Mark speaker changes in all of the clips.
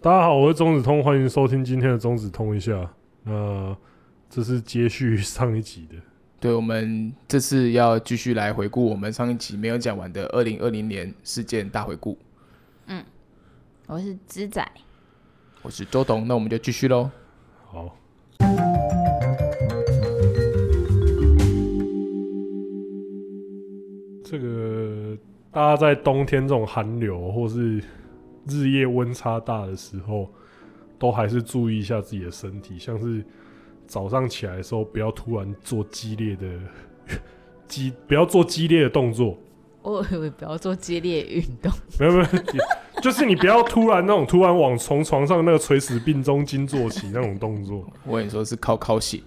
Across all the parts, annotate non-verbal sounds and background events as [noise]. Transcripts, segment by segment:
Speaker 1: 大家好，我是中子通，欢迎收听今天的中子通一下。那这是接续上一集的，
Speaker 2: 对，我们这次要继续来回顾我们上一集没有讲完的二零二零年事件大回顾。
Speaker 3: 我是芝仔，
Speaker 2: 我是周董，那我们就继续喽。
Speaker 1: 好，这个大家在冬天这种寒流或是日夜温差大的时候，都还是注意一下自己的身体，像是早上起来的时候，不要突然做激烈的 [laughs] 激，不要做激烈的动作，
Speaker 3: 我以为不要做激烈运动，
Speaker 1: 没有没有，就是你不要突然那种突然往从床上那个垂死病中惊坐起那种动作。
Speaker 2: 我跟你说是靠靠醒，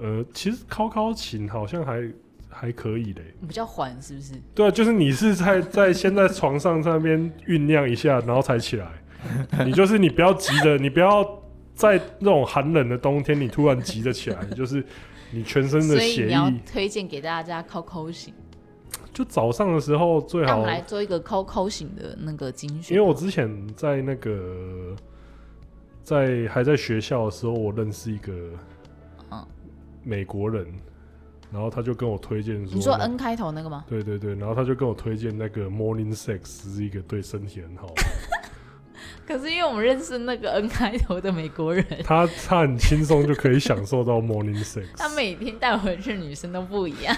Speaker 1: 呃，其实敲敲琴好像还还可以嘞。
Speaker 3: [laughs] 比较缓是不是？
Speaker 1: 对啊，就是你是在在先在床上在那边酝酿一下，然后才起来。你就是你不要急着，你不要在那种寒冷的冬天，你突然急着起来，你就是你全身的
Speaker 3: 所以
Speaker 1: 血
Speaker 3: 你要
Speaker 1: 液。
Speaker 3: 推荐给大家抠抠型，
Speaker 1: 就早上的时候最
Speaker 3: 那
Speaker 1: 好
Speaker 3: 我们，来做一个抠抠型的那个精
Speaker 1: 啊
Speaker 3: 选。
Speaker 1: 因为我之前在那个在还在学校的时候，我认识一个
Speaker 3: 嗯
Speaker 1: 美国人，然后他就跟我推荐说，
Speaker 3: 你说 N 开头那个吗？
Speaker 1: 对对对，然后他就跟我推荐那个 Morning Sex 是一个对身体很
Speaker 3: [laughs]
Speaker 1: 好的，
Speaker 3: 可是因为我们认识那个 N 开头的美国人，
Speaker 1: 他他很轻松就可以享受到 Morning Sex。
Speaker 3: [laughs] 他每天带回去的女生都不一样，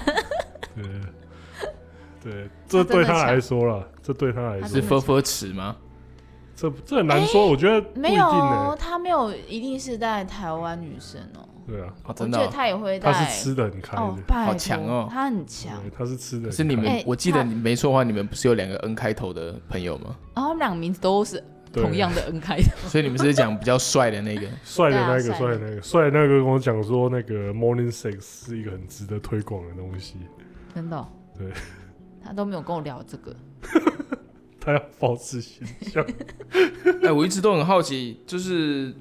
Speaker 1: 对对，这
Speaker 3: 他真的
Speaker 1: 对他
Speaker 3: 强
Speaker 1: 来说啦，这对他来说
Speaker 3: 他
Speaker 2: 是
Speaker 3: 真，的
Speaker 2: 分分池吗？
Speaker 1: 这这很难说，我觉得不一
Speaker 3: 没
Speaker 1: 定欸
Speaker 3: 有
Speaker 1: 呢
Speaker 3: 哦，。他没有一定是带台湾女生哦，
Speaker 1: 对啊，
Speaker 2: 哦，
Speaker 3: 我
Speaker 2: 真
Speaker 3: 觉
Speaker 2: 的
Speaker 3: 得
Speaker 2: 哦、
Speaker 3: 他也会带
Speaker 1: 他是吃的很开
Speaker 3: 哦
Speaker 1: 的，，嗯
Speaker 3: 拜托
Speaker 2: 好强哦
Speaker 3: 他很强
Speaker 1: 对，他是吃的。
Speaker 2: 可是你们，
Speaker 3: 哎
Speaker 2: 我记得
Speaker 3: 他
Speaker 2: 你没错的话，你们不是有两个 N 开头的朋友吗？
Speaker 3: 然后他们两个名字都是
Speaker 1: 对
Speaker 3: 同样的 N 开头，
Speaker 2: 所以你们是讲比较帅的那个。
Speaker 1: 帅的
Speaker 3: 对啊
Speaker 1: 那个，
Speaker 3: 帅
Speaker 1: 帅的
Speaker 3: 的
Speaker 1: 那个，帅的那个跟我讲说，那个 Morning Sex 是一个很值得推广的东西， [laughs]
Speaker 3: 真的哦。
Speaker 1: 对
Speaker 3: 他都没有跟我聊这个，
Speaker 1: 他要保持形象。
Speaker 2: [laughs] 哎、我一直都很好奇，就是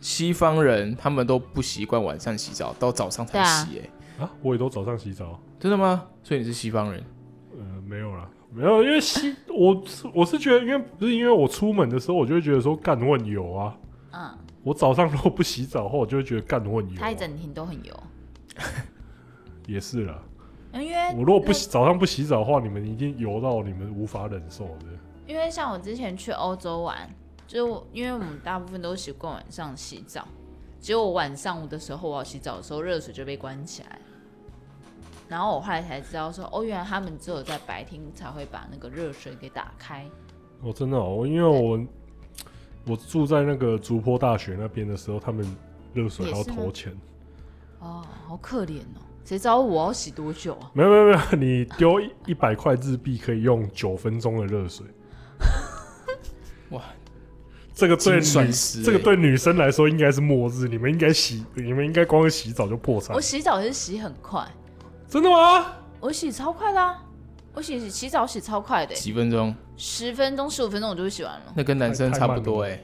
Speaker 2: 西方人他们都不习惯晚上洗澡，到早上才
Speaker 3: 对啊
Speaker 2: 洗、哎、
Speaker 1: 啊，我也都早上洗澡。
Speaker 2: 真的吗？所以你是西方人？
Speaker 1: 呃，没有啦，没有，因为西我是我是觉得，因为不是因为我出门的时候，我就会觉得说干我很油啊。
Speaker 3: 嗯，
Speaker 1: 我早上如果不洗澡的话，我就会觉得干我很油、
Speaker 3: 他
Speaker 1: 啊
Speaker 3: 一。整天都很油，
Speaker 1: 也是啦，
Speaker 3: 因为
Speaker 1: 我如果不洗早上不洗澡的话，你们一定油到你们无法忍受的。
Speaker 3: 因为像我之前去欧洲玩，就是我因为我们大部分都习惯晚上洗澡，结果我晚上的时候我要洗澡的时候，热水就被关起来。然后我后来才知道说，哦，原来他们只有在白天才会把那个热水给打开。
Speaker 1: 哦，真的哦，我因为我我住在那个竹坡大学那边的时候，他们热水还要
Speaker 3: 也是吗
Speaker 1: 投钱。
Speaker 3: 哦，好可怜哦，谁知道我要洗多久啊？
Speaker 1: 没有没有没有，你丢一百块日币可以用九分钟的热水。
Speaker 2: [laughs] 哇，
Speaker 1: 这个对
Speaker 2: 精算
Speaker 1: 女
Speaker 2: 师
Speaker 1: 这个
Speaker 2: 欸
Speaker 1: 对女生来说应该是末日，你们应该洗，你们应该光洗澡就破产
Speaker 3: 我。洗澡是洗很快，
Speaker 1: 真的吗？
Speaker 3: 我洗超快的、啊，我洗洗澡洗超快的欸，
Speaker 2: 几分钟？
Speaker 3: 十分钟十五分钟我就会洗完了。
Speaker 2: 那跟男生
Speaker 1: 太
Speaker 2: 差不多哎、
Speaker 1: 太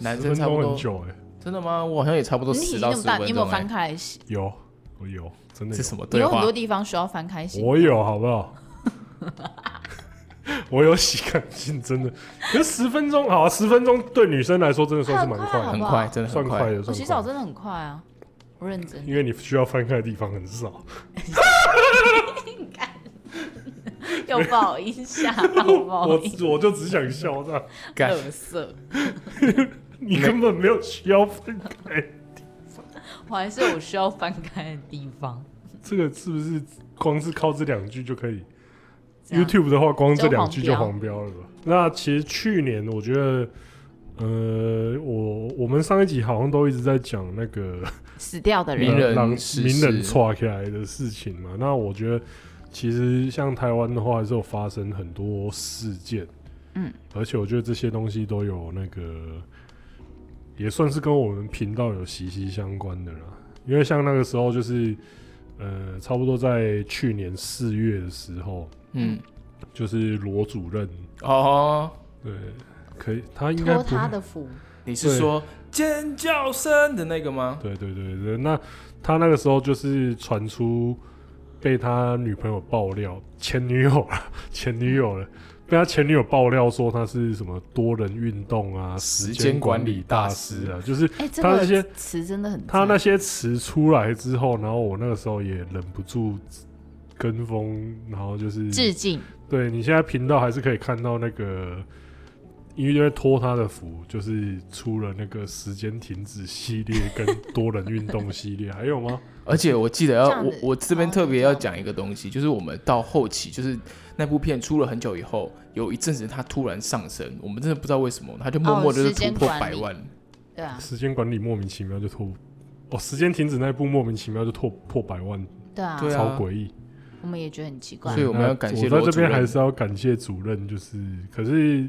Speaker 2: 男
Speaker 1: 10
Speaker 2: 生
Speaker 1: 分
Speaker 2: 差不
Speaker 1: 钟很
Speaker 2: 多。
Speaker 1: 久哎、
Speaker 2: 真的吗？我好像也差不多
Speaker 3: 你
Speaker 2: 十
Speaker 3: 体积
Speaker 2: 到
Speaker 3: 那
Speaker 2: 十五
Speaker 3: 么大，
Speaker 2: 分钟、欸。
Speaker 3: 你有没有翻开来洗？
Speaker 1: 有我有，真的
Speaker 2: 这
Speaker 1: 有，
Speaker 2: 什么
Speaker 3: 你
Speaker 2: 对
Speaker 3: 有很
Speaker 2: 话
Speaker 3: 多？地方需要翻开洗。
Speaker 1: 我有好不好？ [laughs] 我有洗干净，真的。可是十分钟好、啊，十分钟对女生来说真的算是蛮快
Speaker 3: 很
Speaker 1: 的，
Speaker 2: 很
Speaker 3: 好不好
Speaker 2: 快，真的
Speaker 1: 算
Speaker 2: 很
Speaker 1: 快的。
Speaker 3: 我
Speaker 1: 算
Speaker 3: 洗
Speaker 1: 快
Speaker 3: 澡
Speaker 1: 的
Speaker 3: 真的很快啊，我认真。
Speaker 1: 因为你需要翻开的地方很少。
Speaker 3: [laughs] 又不好意思啊，好不好
Speaker 1: 我
Speaker 3: 意思？
Speaker 1: 我就只想笑
Speaker 3: [laughs]
Speaker 1: 这样，
Speaker 2: 干
Speaker 3: 乐色，
Speaker 1: 你根本没有需要分开。
Speaker 3: 我还是有需要翻开的地方。
Speaker 1: 这个是不是光是靠这两句就可以
Speaker 3: 这样
Speaker 1: ？YouTube 的话，光这
Speaker 3: 就
Speaker 1: 两
Speaker 3: 黄
Speaker 1: 句就
Speaker 3: 标
Speaker 1: 黄标了吧。那其实去年我觉得，呃，我我们上一集好像都一直在讲那个
Speaker 3: 死掉的
Speaker 2: 名
Speaker 3: 人，
Speaker 2: 人
Speaker 1: 让
Speaker 2: 逝
Speaker 1: 名人
Speaker 2: 世
Speaker 1: 岔开来的事情嘛。那我觉得，其实像台湾的话，还是有发生很多事件，
Speaker 3: 嗯，
Speaker 1: 而且我觉得这些东西都有那个，也算是跟我们频道有息息相关的啦。因为像那个时候，就是呃，差不多在去年四月的时候，
Speaker 2: 嗯，
Speaker 1: 就是罗主任，
Speaker 2: 哦，
Speaker 1: 对，可以，他应该
Speaker 3: 托
Speaker 1: 不
Speaker 3: 他的福，
Speaker 2: 你是
Speaker 1: 对
Speaker 2: 说尖叫声的那个吗？
Speaker 1: 对对对对，那他那个时候就是传出被他女朋友爆料，前女友了，前女友了，被他前女友爆料说他是什么多人运动啊、
Speaker 2: 时
Speaker 1: 时
Speaker 2: 间
Speaker 1: 间
Speaker 2: 管
Speaker 1: 管
Speaker 2: 理
Speaker 1: 理
Speaker 2: 大
Speaker 1: 大
Speaker 2: 师
Speaker 1: 师啊，就是
Speaker 3: 哎、这
Speaker 1: 他那
Speaker 3: 个
Speaker 1: 些
Speaker 3: 词真的很
Speaker 1: 他
Speaker 3: 赞
Speaker 1: 那些词出来之后，然后我那个时候也忍不住跟风，然后就是
Speaker 3: 致敬，
Speaker 1: 对你现在频道还是可以看到那个，因为因为托他的福，就是出了那个时间停止系列跟多人运动系列，还有
Speaker 2: [laughs]
Speaker 1: 吗？
Speaker 2: 而且我记得要
Speaker 3: 这样
Speaker 2: 我
Speaker 3: 子
Speaker 2: 我这边
Speaker 3: 哦
Speaker 2: 特别
Speaker 3: 这样
Speaker 2: 要讲一个东西，就是我们到后期，就是那部片出了很久以后，有一阵子它突然上升，我们真的不知道为什么，它就默
Speaker 3: 哦
Speaker 2: 默就是
Speaker 3: 时
Speaker 2: 突
Speaker 3: 间
Speaker 2: 破
Speaker 3: 管
Speaker 2: 百
Speaker 3: 理
Speaker 2: 万。
Speaker 3: 对啊，
Speaker 1: 时间管理莫名其妙就突哦，时间停止那一部莫名其妙就破破百万，
Speaker 3: 对啊，
Speaker 2: 对啊
Speaker 1: 超诡异。嗯
Speaker 3: 我们也觉得很奇怪
Speaker 2: 所以。我们
Speaker 1: 那
Speaker 2: 要感谢
Speaker 1: 我
Speaker 2: 罗
Speaker 1: 在这
Speaker 2: 主任
Speaker 1: 边还是要感谢主任，就是可是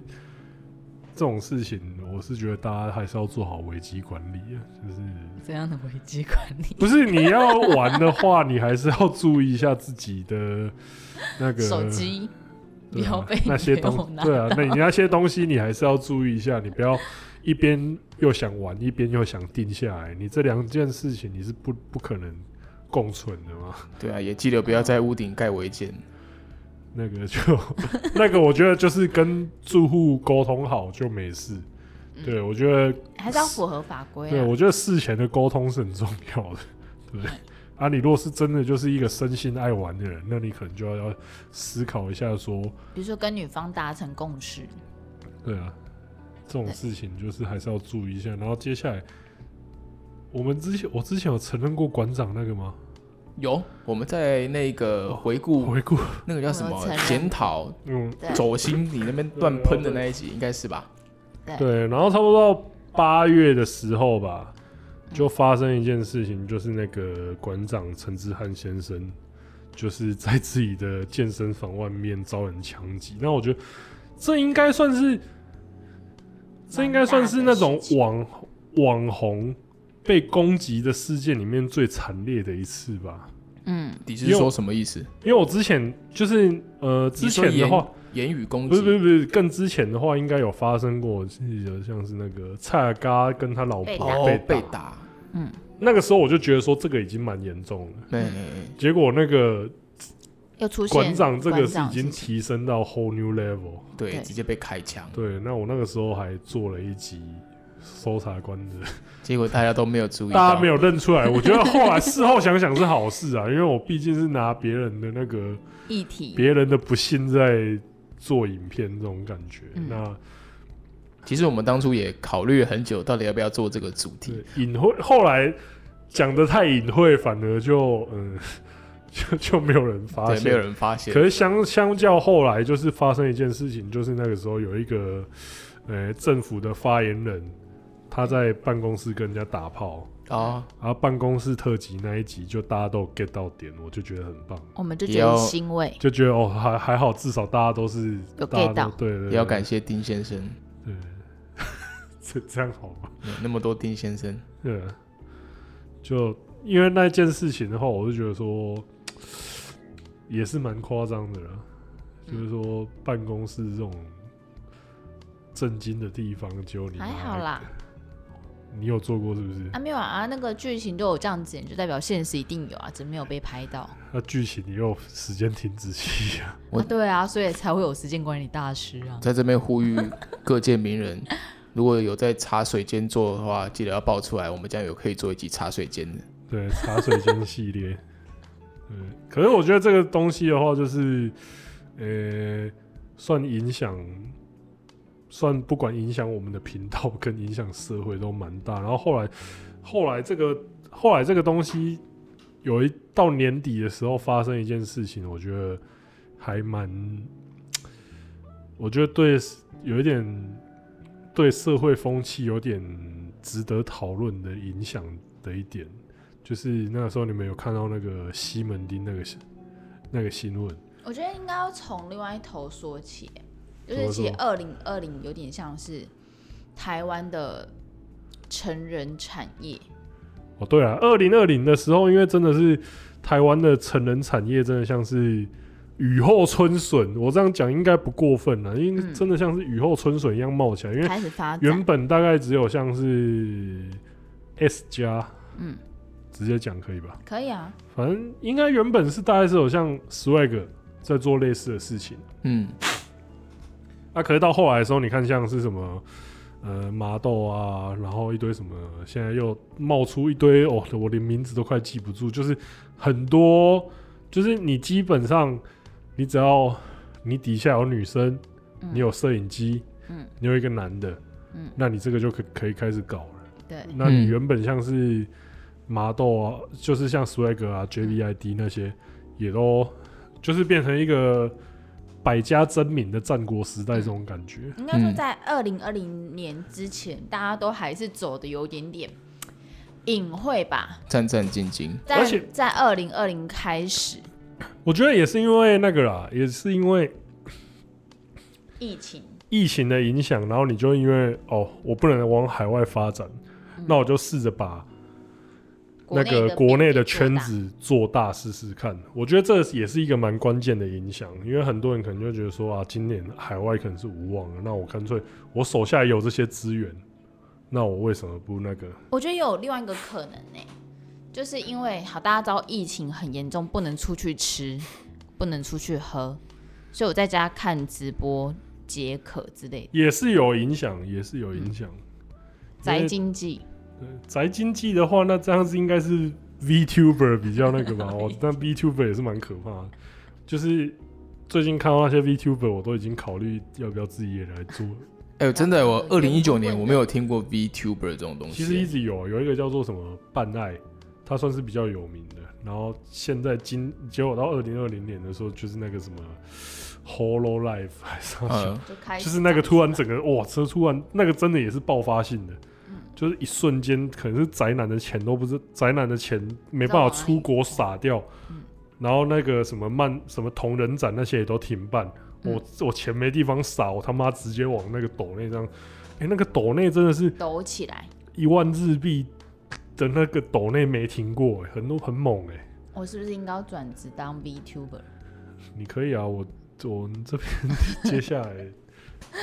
Speaker 1: 这种事情，我是觉得大家还是要做好危机管理啊，就是
Speaker 3: 怎样的危机管理？
Speaker 1: 不是你要玩的话，你还是要注意一下自己的那个
Speaker 3: 手机不
Speaker 1: 对啊
Speaker 3: 要被
Speaker 1: 那些
Speaker 3: 女友
Speaker 1: 东
Speaker 3: 拿
Speaker 1: 对啊，那你那些东西你还是要注意一下，你不要一边又想玩，一边又想定下来，你这两件事情你是不不可能共存的嘛。
Speaker 2: 对啊，也记得不要在屋顶盖违建。
Speaker 1: 那个
Speaker 3: [laughs]
Speaker 1: 就那个，我觉得就是跟住户沟通好就没事。
Speaker 3: 嗯
Speaker 1: 对，我觉得，
Speaker 3: 还是要符合法规
Speaker 1: 对
Speaker 3: 啊。
Speaker 1: 我觉得事前的沟通是很重要的，对不对？啊，你如果是真的就是一个真心爱玩的人，那你可能就要要思考一下说，
Speaker 3: 比如说跟女方达成共识，
Speaker 1: 对啊，这种事情就是还是要注意一下。然后接下来，我们之前我之前有承认过馆长那个吗？
Speaker 2: 有，我们在那个回顾
Speaker 1: 回顾，
Speaker 2: 那个叫什
Speaker 3: 我
Speaker 2: 么
Speaker 3: 承认
Speaker 2: 检讨
Speaker 1: 嗯，
Speaker 3: 对
Speaker 2: 走心，你那边乱喷的那一集应该是吧？
Speaker 1: 对，然后差不多到八月的时候吧，就发生一件事情，就是那个馆长陈志汉先生，就是在自己的健身房外面遭人枪击。那我觉得这应该算是，这应该算是那种网网红被攻击的事件里面最惨烈的一次吧。
Speaker 3: 嗯，
Speaker 2: 你
Speaker 1: 因
Speaker 2: 是
Speaker 1: 为我
Speaker 2: 说什么意思？
Speaker 1: 因为我之前就是呃，之
Speaker 2: 你说
Speaker 1: 前的
Speaker 2: 言
Speaker 1: 话，
Speaker 2: 言语攻
Speaker 1: 不是不
Speaker 2: 击
Speaker 1: 是不是，更之前的话应该有发生过，我记得像是那个蔡阿嘎跟他老
Speaker 3: 被
Speaker 1: 婆
Speaker 3: 打
Speaker 2: 哦，
Speaker 1: 被
Speaker 2: 被
Speaker 1: 打，
Speaker 2: 打，
Speaker 1: 那个时候我就觉得说这个已经蛮严重了。
Speaker 2: 对，
Speaker 3: 嗯
Speaker 1: 结果那个
Speaker 3: 又出现
Speaker 1: 馆长这个
Speaker 3: 馆
Speaker 1: 是已
Speaker 3: 长
Speaker 1: 经
Speaker 3: 事情
Speaker 1: 提升到 whole new level。
Speaker 2: 对，
Speaker 3: 对
Speaker 2: 直接被开枪，
Speaker 1: 对，那我那个时候还做了一集搜查官 [laughs] 的，
Speaker 2: 结果大家都没有注意到，
Speaker 1: 大家没有认出来。我觉得后来事后想想是好事啊，因为我毕竟是拿别人的那个
Speaker 3: 议题，
Speaker 1: 别人的不幸在做影片这种感觉。
Speaker 3: 嗯
Speaker 1: 那
Speaker 2: 其实我们当初也考虑很久，到底要不要做这个主题
Speaker 1: 对。，隐晦后来讲的太隐晦，反而就嗯， [laughs] 就就没有人发
Speaker 2: 对，没有
Speaker 1: 现。
Speaker 2: 人发现
Speaker 1: 可。是相相较后来，就是发生一件事情，就是那个时候有一个呃政府的发言人，他在办公室跟人家打炮，
Speaker 2: 哦，
Speaker 1: 然后办公室特辑那一集就大家都 get 到点，我就觉得很棒，
Speaker 3: 我们就
Speaker 2: 也
Speaker 3: 觉得
Speaker 2: 要
Speaker 3: 欣慰。
Speaker 1: 就觉得哦还还好，至少大家都是
Speaker 3: 有
Speaker 1: 大家
Speaker 3: get 到
Speaker 1: 都对对对，
Speaker 2: 也要感谢丁先生，
Speaker 1: 对，这这样好吗？
Speaker 2: 有那么多丁先生，
Speaker 1: 对，就因为那件事情的话，我就觉得说也是蛮夸张的啦。就是
Speaker 3: 嗯
Speaker 1: 说办公室这种震惊的地方，只有你
Speaker 3: 还
Speaker 1: 拿
Speaker 3: 好啦，
Speaker 1: 你有做过是不是？
Speaker 3: 啊没有啊，那个剧情都有这样子，就代表现实一定有啊，只是没有被拍到。
Speaker 1: 那啊剧情你又时间停止 [laughs] 期啊？
Speaker 2: 我
Speaker 3: 啊对啊，所以才会有时间管理大师啊。
Speaker 2: 在这边呼吁各界名人， [laughs] 如果有在茶水间做的话，记得要爆出来，我们将有可以做一集茶水间的。
Speaker 1: 对，茶水间系列。对，可是我觉得这个东西的话，就是呃，算影响，算不管影响我们的频道跟影响社会都蛮大。然后后来，后来这个后来这个东西有一到年底的时候发生一件事情，我觉得还蛮，我觉得对有一点对社会风气有点值得讨论的影响的一点。就是那个时候你们有看到那个西门町那个新那个新闻，
Speaker 3: 我觉得应该要从另外一头说起，就
Speaker 1: 怎
Speaker 3: 是
Speaker 1: 么
Speaker 3: 其实
Speaker 1: 说
Speaker 3: 二零二零有点像是台湾的成人产业，
Speaker 1: 哦，对啊，二零二零的时候，因为真的是台湾的成人产业，真的像是雨后春笋。我这样讲应该不过分了，因为
Speaker 3: 嗯
Speaker 1: 真的像是雨后春笋一样冒起来。因为
Speaker 3: 开始发
Speaker 1: 原
Speaker 3: 展，
Speaker 1: 本大概只有像是 S 加，
Speaker 3: 嗯，
Speaker 1: 直接讲可以吧？
Speaker 3: 可以啊，
Speaker 1: 反正应该原本是大概是有像 Swag 在做类似的事情，
Speaker 2: 嗯，
Speaker 1: 啊，可是到后来的时候，你看像是什么呃麻豆啊，然后一堆什么，现在又冒出一堆哦，我连名字都快记不住，就是很多，就是你基本上你只要你底下有女生，
Speaker 3: 嗯
Speaker 1: 你有摄影机，
Speaker 3: 嗯
Speaker 1: 你有一个男的，
Speaker 3: 嗯
Speaker 1: 那你这个就可可以开始搞了。
Speaker 3: 对，
Speaker 1: 那你
Speaker 2: 嗯
Speaker 1: 原本像是麻豆啊，就是像 Swag 啊、JVID
Speaker 3: 嗯
Speaker 1: 那些，也都就是变成一个百家争鸣的战国时代
Speaker 3: 嗯
Speaker 1: 这种感觉。
Speaker 3: 应该说
Speaker 2: 嗯
Speaker 3: 在二零二零年之前，大家都还是走的有点点隐晦吧。
Speaker 2: 战战兢兢。
Speaker 3: 在
Speaker 1: 而且
Speaker 3: 在二零二零开始，
Speaker 1: 我觉得也是因为那个啦，也是因为
Speaker 3: 疫情
Speaker 1: 疫情的影响，然后你就因为哦，我不能往海外发展，那我就试着把那个嗯国内的圈，子做大试试看。我觉得这也是一个蛮关键的影响，因为很多人可能就觉得说啊，今年海外可能是无望了，那我干脆我手下有这些资源，那我为什么不那个？
Speaker 3: 我觉得有另外一个可能呢、就是因为好，大家知道疫情很严重，不能出去吃，不能出去喝，所以我在家看直播解渴之类的，
Speaker 1: 也是有影响，也是有影响。因
Speaker 3: 宅
Speaker 1: 为
Speaker 3: 经济。
Speaker 1: 对宅经济的话，那这样子应该是 VTuber 比较那
Speaker 2: [laughs]
Speaker 1: 个吧？我但 VTuber 也是蛮可怕的，就是最近看到那些 VTuber，我都已经考虑要不要自己也来做了。
Speaker 2: 哎、呦，真的，我二零一九年
Speaker 3: 嗯
Speaker 2: 我没有听过 VTuber 这种东西。啊
Speaker 1: 其实一直有有一个叫做什么半爱，它算是比较有名的。然后现在今结果到二零二零年的时候，就是那个什么 Hollow Life 还是啥小、
Speaker 2: 嗯，
Speaker 3: 就开始
Speaker 1: 就是那个突然
Speaker 3: 长出
Speaker 1: 整个哇，车突然那个真的也是爆发性的，
Speaker 3: 嗯
Speaker 1: 就是一瞬间，可能是宅男的钱都不是宅男的钱没办法出国撒掉，
Speaker 3: 嗯
Speaker 1: 然后那个什么漫什么同人展那些也都停办，
Speaker 3: 嗯
Speaker 1: 我我钱没地方撒，我他妈直接往那个抖内上，哎、那个抖内真的是。
Speaker 3: 来抖起来。
Speaker 1: 一万日币的那个抖内没停过、欸，很多很猛哎、
Speaker 3: 我是不是应该要转职当 VTuber？
Speaker 1: 你可以啊，我我们这边 [laughs] 接下来，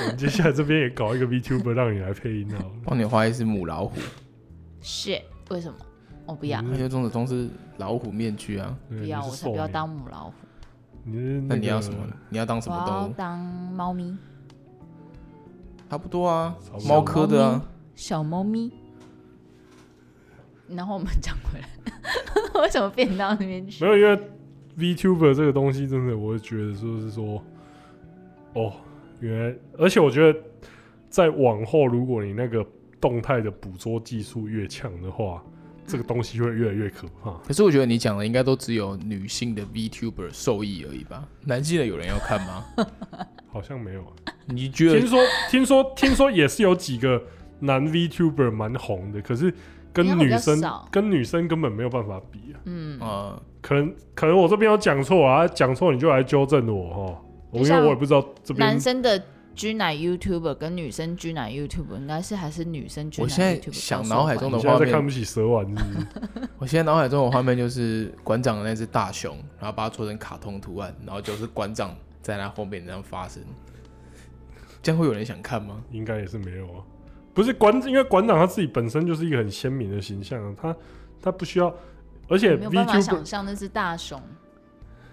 Speaker 1: 我们接下来这边也搞一个 VTuber 让你来配音啊。
Speaker 2: 帮你画一只母老虎，
Speaker 3: 是为什么？我不要，
Speaker 1: 嗯
Speaker 2: 那就中子通是老虎面具啊。
Speaker 1: 对
Speaker 3: 不要，我才不要。当母老虎，
Speaker 1: 你是
Speaker 2: 那
Speaker 1: 那
Speaker 2: 你
Speaker 1: 个
Speaker 2: 要什么？？你要当什
Speaker 3: 我
Speaker 2: 么动
Speaker 3: 要
Speaker 2: 物？
Speaker 3: 当猫咪，
Speaker 2: 差不多啊
Speaker 1: 差不，多
Speaker 2: 猫科的啊。
Speaker 3: 小猫咪。然后我们讲回来， [laughs] 为什么变到那边去
Speaker 1: 没？有，因为 VTuber 这个东西真的，我觉得就是说，哦，原来，而且我觉得在往后，如果你那个动态的捕捉技术越强的话，这个东西会越来越可怕。
Speaker 2: 可是我觉得你讲的应该都只有女性的 VTuber 受益而已吧？男性的有人要看吗？
Speaker 1: 好像没有、啊。
Speaker 2: [laughs] 你觉
Speaker 1: 听
Speaker 2: 得？
Speaker 1: 说听说听说也是有几个男 VTuber 蛮红的，可是跟
Speaker 3: 应该比
Speaker 1: 女
Speaker 3: 较
Speaker 1: 生
Speaker 3: 少
Speaker 1: 跟女生根本没有办法比啊。
Speaker 3: 嗯，
Speaker 2: 呃，
Speaker 1: 可能可能我这边有讲错啊，讲错你就来纠正我哦。我
Speaker 3: 就
Speaker 1: 因为
Speaker 3: 像
Speaker 1: 我也不知道这边
Speaker 3: 男生的 G 奶 YouTuber 跟女生 G 奶 YouTuber 应该是还是女生 G
Speaker 2: 我
Speaker 3: 奶 YouTuber
Speaker 2: 现在
Speaker 3: 比较
Speaker 2: 想
Speaker 3: 受
Speaker 2: 脑海
Speaker 3: 欢
Speaker 2: 中
Speaker 1: 你
Speaker 2: 的
Speaker 1: 现在在
Speaker 2: 画
Speaker 1: 看
Speaker 2: 面，
Speaker 1: 不起蛇丸是不是？
Speaker 2: 我现在脑海中的画面就是馆长的那只大熊，然后把它做成卡通图案，然后就是馆长在他后面这样发声，这样会有人想看吗？
Speaker 1: 应该也是没有啊。不是馆，因为馆长他自己本身就是一个很鲜明的形象、啊，他他不需要，而且
Speaker 3: 迎没有办法
Speaker 1: VTuber
Speaker 3: 想象那只大熊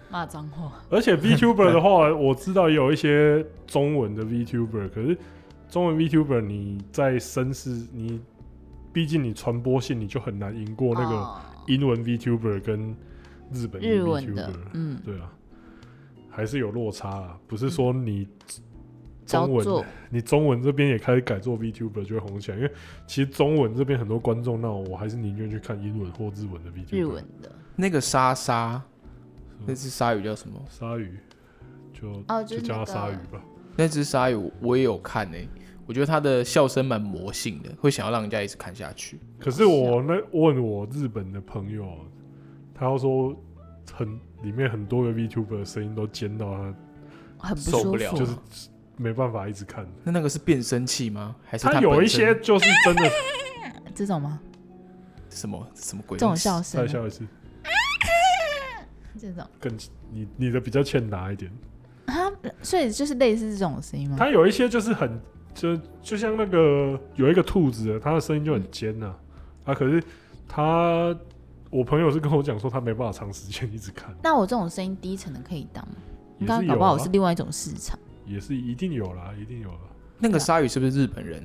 Speaker 3: 骂脏话，
Speaker 1: 而且 VTuber 的话， [laughs] 我知道也有一些中文的 VTuber，可是中文 VTuber 你在绅士，你毕竟你传播性你就很难赢过那个
Speaker 3: 哦
Speaker 1: 英文 VTuber 跟日本
Speaker 3: 日
Speaker 1: VTuber,
Speaker 3: 文的，嗯，
Speaker 1: 对啊，还是有落差啊，不是说你
Speaker 3: 照
Speaker 1: 中文
Speaker 3: 做，
Speaker 1: 你中文这边也开始改做 VTuber 就会红起来，因为其实中文这边很多观众，那我还是宁愿去看英文或日文的 VTuber。
Speaker 3: 日文的。
Speaker 2: 那个莎莎，
Speaker 1: 么
Speaker 2: 那只鲨鱼叫什么？
Speaker 1: 鲨鱼就、
Speaker 3: 哦
Speaker 1: 就
Speaker 3: 就是
Speaker 1: 叫它
Speaker 3: 那
Speaker 1: 鲨
Speaker 3: 个哦
Speaker 1: 鱼吧。
Speaker 2: 那只鲨鱼我也有看诶、我觉得它的笑声蛮魔性的，会想要让人家一直看下去。
Speaker 1: 可是我那问我日本的朋友，他又说很里面很多个 VTuber 的声音都尖到他
Speaker 3: 很不
Speaker 2: 受
Speaker 3: 舒
Speaker 2: 不
Speaker 3: 服，
Speaker 2: 了
Speaker 1: 就是没办法一直看。
Speaker 2: 那那个是变声器吗？还是它
Speaker 1: 他有
Speaker 2: 本
Speaker 1: 一
Speaker 2: 身
Speaker 1: 些就是真的， [laughs]
Speaker 3: 这种吗？
Speaker 2: 什么什么鬼
Speaker 3: 这
Speaker 2: 东
Speaker 3: 种
Speaker 2: 西？
Speaker 3: 笑
Speaker 1: 再
Speaker 3: 声，
Speaker 1: 笑一次，
Speaker 3: 这种
Speaker 1: 更你你的比较欠打一点。
Speaker 3: 啊，所以就是类似这种声音吗？
Speaker 1: 他有一些就是很就就像那个有一个兔子，它的声音就很尖呐、啊，可是他我朋友是跟我讲说他没办法长时间一直看，
Speaker 3: [laughs] 那我这种声音低沉的可以当吗？
Speaker 1: 也
Speaker 3: 刚刚
Speaker 1: 是
Speaker 3: 搞
Speaker 1: 有
Speaker 3: 不好
Speaker 1: 啊
Speaker 3: 我是另外一种市场，
Speaker 1: 也是一定有啦，一定有啦，啊
Speaker 2: 那
Speaker 3: 啊
Speaker 2: 个鲨鱼是不是日本人？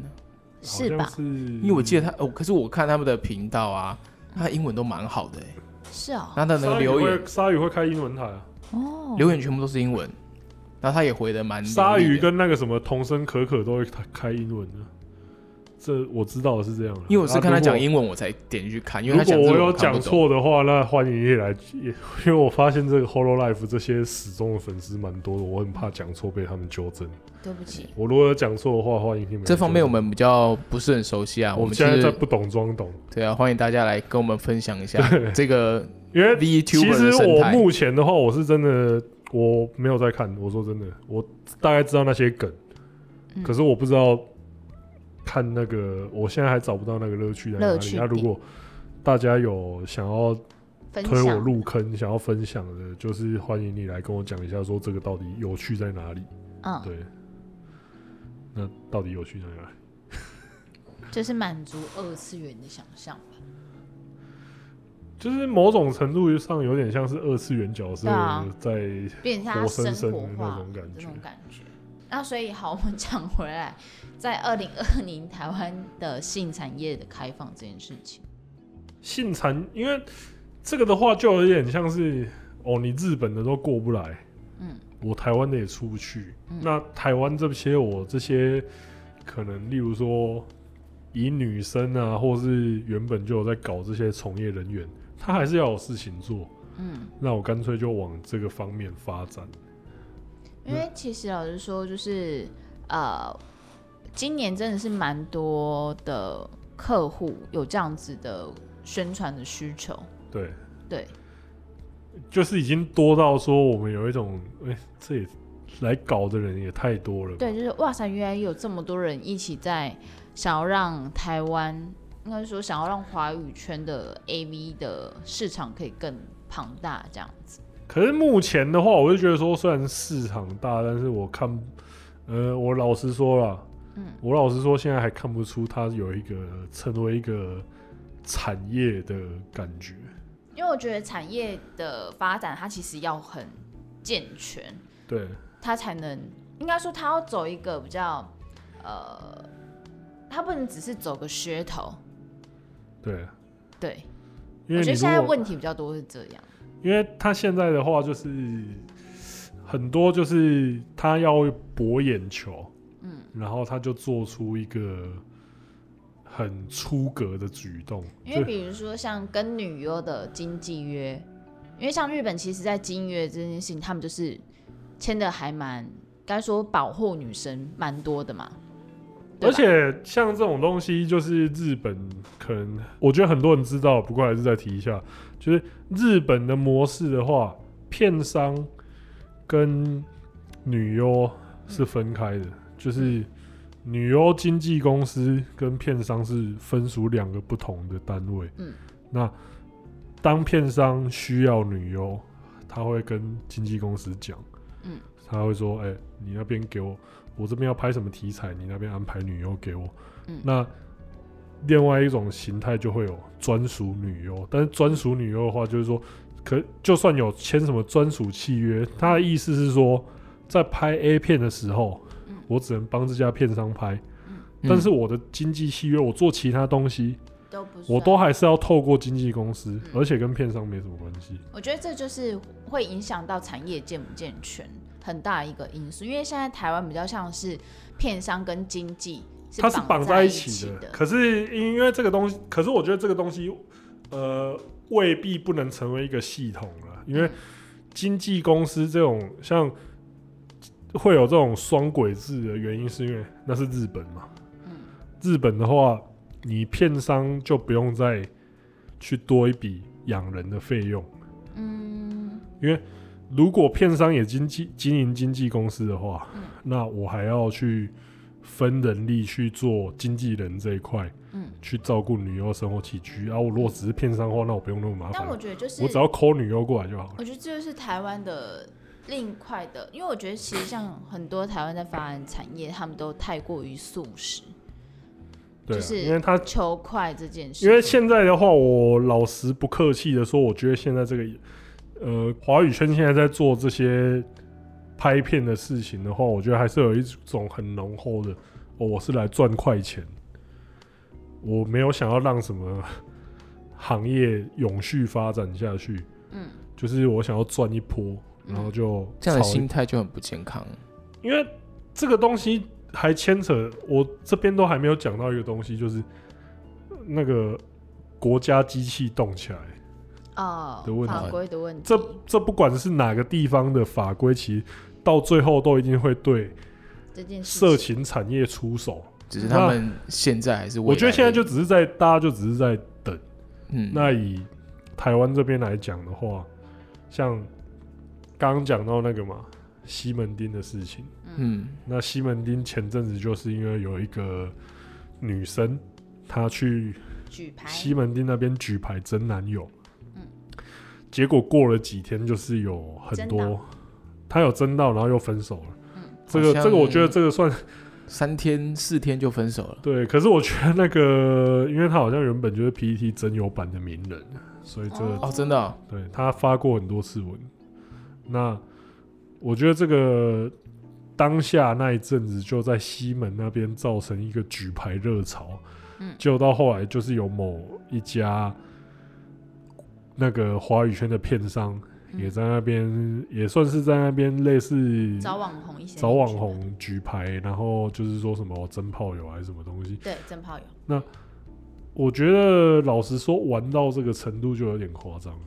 Speaker 1: 好
Speaker 3: 是
Speaker 1: 像
Speaker 3: 吧？
Speaker 1: 是，
Speaker 2: 因为我记得他，哦，可是我看他们的频道啊，他英文都蛮好的、欸，
Speaker 3: 是哦，
Speaker 2: 然后他的那个
Speaker 1: 鲨鱼
Speaker 2: 留言
Speaker 1: 会鲨鱼会开英文台啊，
Speaker 3: 哦，
Speaker 2: 留言全部都是英文，然后他也回的蛮流利的
Speaker 1: 鲨鱼跟那个什么童声可可都会开开英文的，这我知道是这样啦。
Speaker 2: 因为我是看他讲
Speaker 1: 啊
Speaker 2: 英文我才点进去看，因
Speaker 1: 如果
Speaker 2: 为他讲
Speaker 1: 如果
Speaker 2: 日文
Speaker 1: 我有
Speaker 2: 我看
Speaker 1: 讲
Speaker 2: 不懂。
Speaker 1: 错的话，那欢迎也来，也因为我发现这个 Holo Life 这些死忠的粉丝蛮多的，我很怕讲错被他们纠正。
Speaker 3: 对不起，
Speaker 1: 我如果有讲错的话，欢迎你们来
Speaker 2: 这方面
Speaker 1: 纠
Speaker 2: 我
Speaker 1: 正
Speaker 2: 们比较不是很熟悉啊，
Speaker 1: 我
Speaker 2: 们
Speaker 1: 们
Speaker 2: 就
Speaker 1: 现在在
Speaker 2: 是
Speaker 1: 不懂装懂，
Speaker 2: 对啊，欢迎大家来跟我们分享一下这个
Speaker 1: 因为其
Speaker 2: VTuber
Speaker 1: 实
Speaker 2: 的生
Speaker 1: 我
Speaker 2: 态。
Speaker 1: 目前的话，我是真的我没有在看。我说真的，我大概知道那些梗，
Speaker 3: 嗯
Speaker 1: 可是我不知道看那个，我现在还找不到那个乐趣在哪
Speaker 3: 乐
Speaker 1: 里。
Speaker 3: 趣
Speaker 1: 那如
Speaker 3: 点
Speaker 1: 果大家有想要
Speaker 3: 嗯分
Speaker 1: 推我
Speaker 3: 享
Speaker 1: 入坑、想要分享的，就是欢迎你来跟我讲一下，说这个到底有趣在哪里？
Speaker 3: 嗯，
Speaker 1: 对，那到底有趣在哪里？
Speaker 3: 就是满足二次元的想象吧。
Speaker 1: 就是某种程度上有点像是二次元角色
Speaker 3: 对啊
Speaker 1: 在
Speaker 3: 变成他
Speaker 1: 活生
Speaker 3: 生
Speaker 1: 生
Speaker 3: 活
Speaker 1: 的那
Speaker 3: 化
Speaker 1: 种感
Speaker 3: 这
Speaker 1: 觉
Speaker 3: 种感觉。那所以好，我们讲回来，在二零二零台湾的性产业的开放这件事情，
Speaker 1: 性产，因为这个的话就有点像是哦，你日本的都过不来，
Speaker 3: 嗯，
Speaker 1: 我台湾的也出不去。
Speaker 3: 嗯
Speaker 1: 那台湾这些我这些可能，例如说以女生啊，或是原本就有在搞这些从业人员，他还是要有事情做。
Speaker 3: 嗯，
Speaker 1: 那我干脆就往这个方面发展。
Speaker 3: 因为其实老实说，就是呃，今年真的是蛮多的客户有这样子的宣传的需求，
Speaker 1: 对，
Speaker 3: 对，
Speaker 1: 就是已经多到说我们有一种，哎、这也来搞的人也太多了吧。
Speaker 3: 对，就是哇塞，原来有这么多人一起在想要让台湾，应该是说想要让华语圈的 AV 的市场可以更庞大这样子。
Speaker 1: 可是目前的话，我就觉得说，虽然市场大，但是我看，呃，我老实说啦，
Speaker 3: 嗯
Speaker 1: 我老实说，现在还看不出它有一个成为一个产业的感觉。
Speaker 3: 因为我觉得产业的发展，它其实要很健全，
Speaker 1: 对，
Speaker 3: 它才能应该说它要走一个比较呃，它不能只是走个噱头。
Speaker 1: 对，
Speaker 3: 对，
Speaker 1: 因
Speaker 3: 我
Speaker 1: 为
Speaker 3: 觉
Speaker 1: 你
Speaker 3: 得现在
Speaker 1: 如果，
Speaker 3: 问题比较多是这样。
Speaker 1: 因为它现在的话，就是很多就是它要博眼球，
Speaker 3: 嗯，
Speaker 1: 然后它就做出一个很出格的举动，
Speaker 3: 因为
Speaker 1: 就
Speaker 3: 比如说像跟女优的经纪约，因为像日本其实在经约这件事情，他们就是签的还蛮，该说保护女生蛮多的嘛。对
Speaker 1: 而
Speaker 3: 吧
Speaker 1: 且像这种东西，就是日本可能我觉得很多人知道，不过还是再提一下，就是日本的模式的话，片商跟女优是分开
Speaker 3: 嗯
Speaker 1: 的，就是女优经纪公司跟片商是分属两个不同的单位。
Speaker 3: 嗯，
Speaker 1: 那当片商需要女优，他会跟经纪公司讲，
Speaker 3: 嗯，
Speaker 1: 他会说，哎、你那边给我。我这边要拍什么题材，你那边安排女优给我。
Speaker 3: 嗯
Speaker 1: 那另外一种形态就会有专属女优，但是专属女优的话，就是说，可就算有签什么专属契约，他的意思是说，在拍 A 片的时候，
Speaker 3: 嗯
Speaker 1: 我只能帮这家片商拍，
Speaker 2: 嗯
Speaker 1: 但是我的经纪契约，我做其他东西，
Speaker 3: 都不
Speaker 1: 我
Speaker 3: 算
Speaker 1: 都还是要透过经纪公司，而且跟片商没什么关系。
Speaker 3: 我觉得这就是会影响到产业健不健全很大一个因素，因为现在台湾比较像是片商跟经济是
Speaker 1: 它是绑
Speaker 3: 绑
Speaker 1: 在一
Speaker 3: 一
Speaker 1: 起
Speaker 3: 起
Speaker 1: 的。可是因为这个东西，可是我觉得这个东西，呃，未必不能成为一个系统了，因为
Speaker 3: 嗯
Speaker 1: 经纪公司这种像会有这种双轨制的原因，是因为那是日本嘛。
Speaker 3: 嗯
Speaker 1: 日本的话，你片商就不用再去多一笔养人的费用。
Speaker 3: 嗯，
Speaker 1: 如果片商也经济经营经纪公司的话，
Speaker 3: 嗯
Speaker 1: 那我还要去分人力去做经纪人这一块，
Speaker 3: 嗯
Speaker 1: 去照顾女优生活起居啊。我如果只是片商的话，那我不用那么麻烦
Speaker 3: 但，我觉得就是
Speaker 1: 我只要抠女优过来就好了。
Speaker 3: 我觉得这就是台湾的另一块的，因为我觉得其实像很多台湾在发展产业，他们都太过于素食、
Speaker 1: 对、啊，
Speaker 3: 就是
Speaker 1: 因为他
Speaker 3: 求快这件事。
Speaker 1: 因为现在的话，我老实不客气的说，我觉得现在这个呃华语圈现在在做这些拍片的事情的话，我觉得还是有一种很浓厚的，哦，我是来赚快钱，我没有想要让什么行业永续发展下去，
Speaker 3: 嗯，
Speaker 1: 就是我想要赚一波，
Speaker 3: 嗯
Speaker 1: 然后就
Speaker 2: 这样的
Speaker 1: 炒一
Speaker 2: 心态就很不健康。
Speaker 1: 因为这个东西还牵扯，我这边都还没有讲到一个东西，就是呃那个国家机器动起来，
Speaker 3: 哦
Speaker 1: 的问，题
Speaker 3: 法规的问题，
Speaker 1: 这这不管是哪个地方的法规，其实到最后都一定会对
Speaker 3: 这件
Speaker 1: 色
Speaker 3: 事情，
Speaker 1: 情产业出手。
Speaker 2: 只是他们现在还是未来
Speaker 1: 我觉得现在就只是在大家就只是在等。
Speaker 2: 嗯，
Speaker 1: 那以台湾这边来讲的话，像刚刚讲到那个嘛西门町的事情，
Speaker 2: 嗯
Speaker 1: 那西门町前阵子就是因为有一个女生，她去
Speaker 3: 举牌，
Speaker 1: 西门町那边举牌真男友，
Speaker 3: 嗯
Speaker 1: 结果过了几天就是有很
Speaker 3: 争
Speaker 1: 多，她有争到，然后又分手了。
Speaker 3: 嗯
Speaker 1: 这个
Speaker 2: 好像
Speaker 1: 这个我觉得这个算
Speaker 2: 三天四天就分手了，
Speaker 1: 对，可是我觉得那个，因为她好像原本就是 E PPT 真友版的名人，所以这个
Speaker 2: 哦，真的哦、
Speaker 1: 对他发过很多次文。那我觉得这个当下那一阵子就在西门那边造成一个举牌热潮，
Speaker 3: 嗯
Speaker 1: 就到后来就是有某一家那个华语圈的片商
Speaker 3: 嗯
Speaker 1: 也在那边，也算是在那边类似
Speaker 3: 找网红一些，
Speaker 1: 找网，红举牌，然后就是说什么真炮友还是什么东西，
Speaker 3: 对，真炮友，
Speaker 1: 我觉得老实说玩到这个程度就有点夸张了。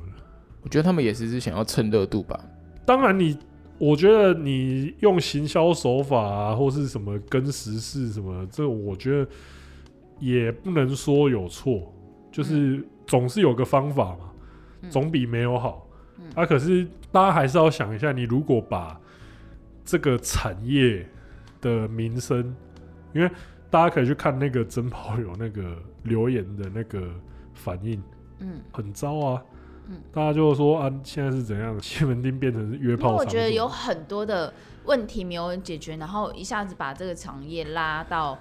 Speaker 2: 我觉得他们也只是想要蹭热度吧。
Speaker 1: 当然你，我觉得你用行销手法啊，或是什么跟时事什么，这我觉得也不能说有错，就是总是有个方法嘛，
Speaker 3: 嗯
Speaker 1: 总比没有好。
Speaker 3: 嗯
Speaker 1: 啊，可是大家还是要想一下，你如果把这个产业的民生，因为大家可以去看那个真跑友那个留言的那个反应，
Speaker 3: 嗯，
Speaker 1: 很糟啊。
Speaker 3: 嗯
Speaker 1: 大家就说啊，现在是怎样？西门町变成是约
Speaker 3: 因为
Speaker 1: 炮场
Speaker 3: 我
Speaker 1: 所
Speaker 3: 觉得有很多的问题没有解决，然后一下子把这个产业拉到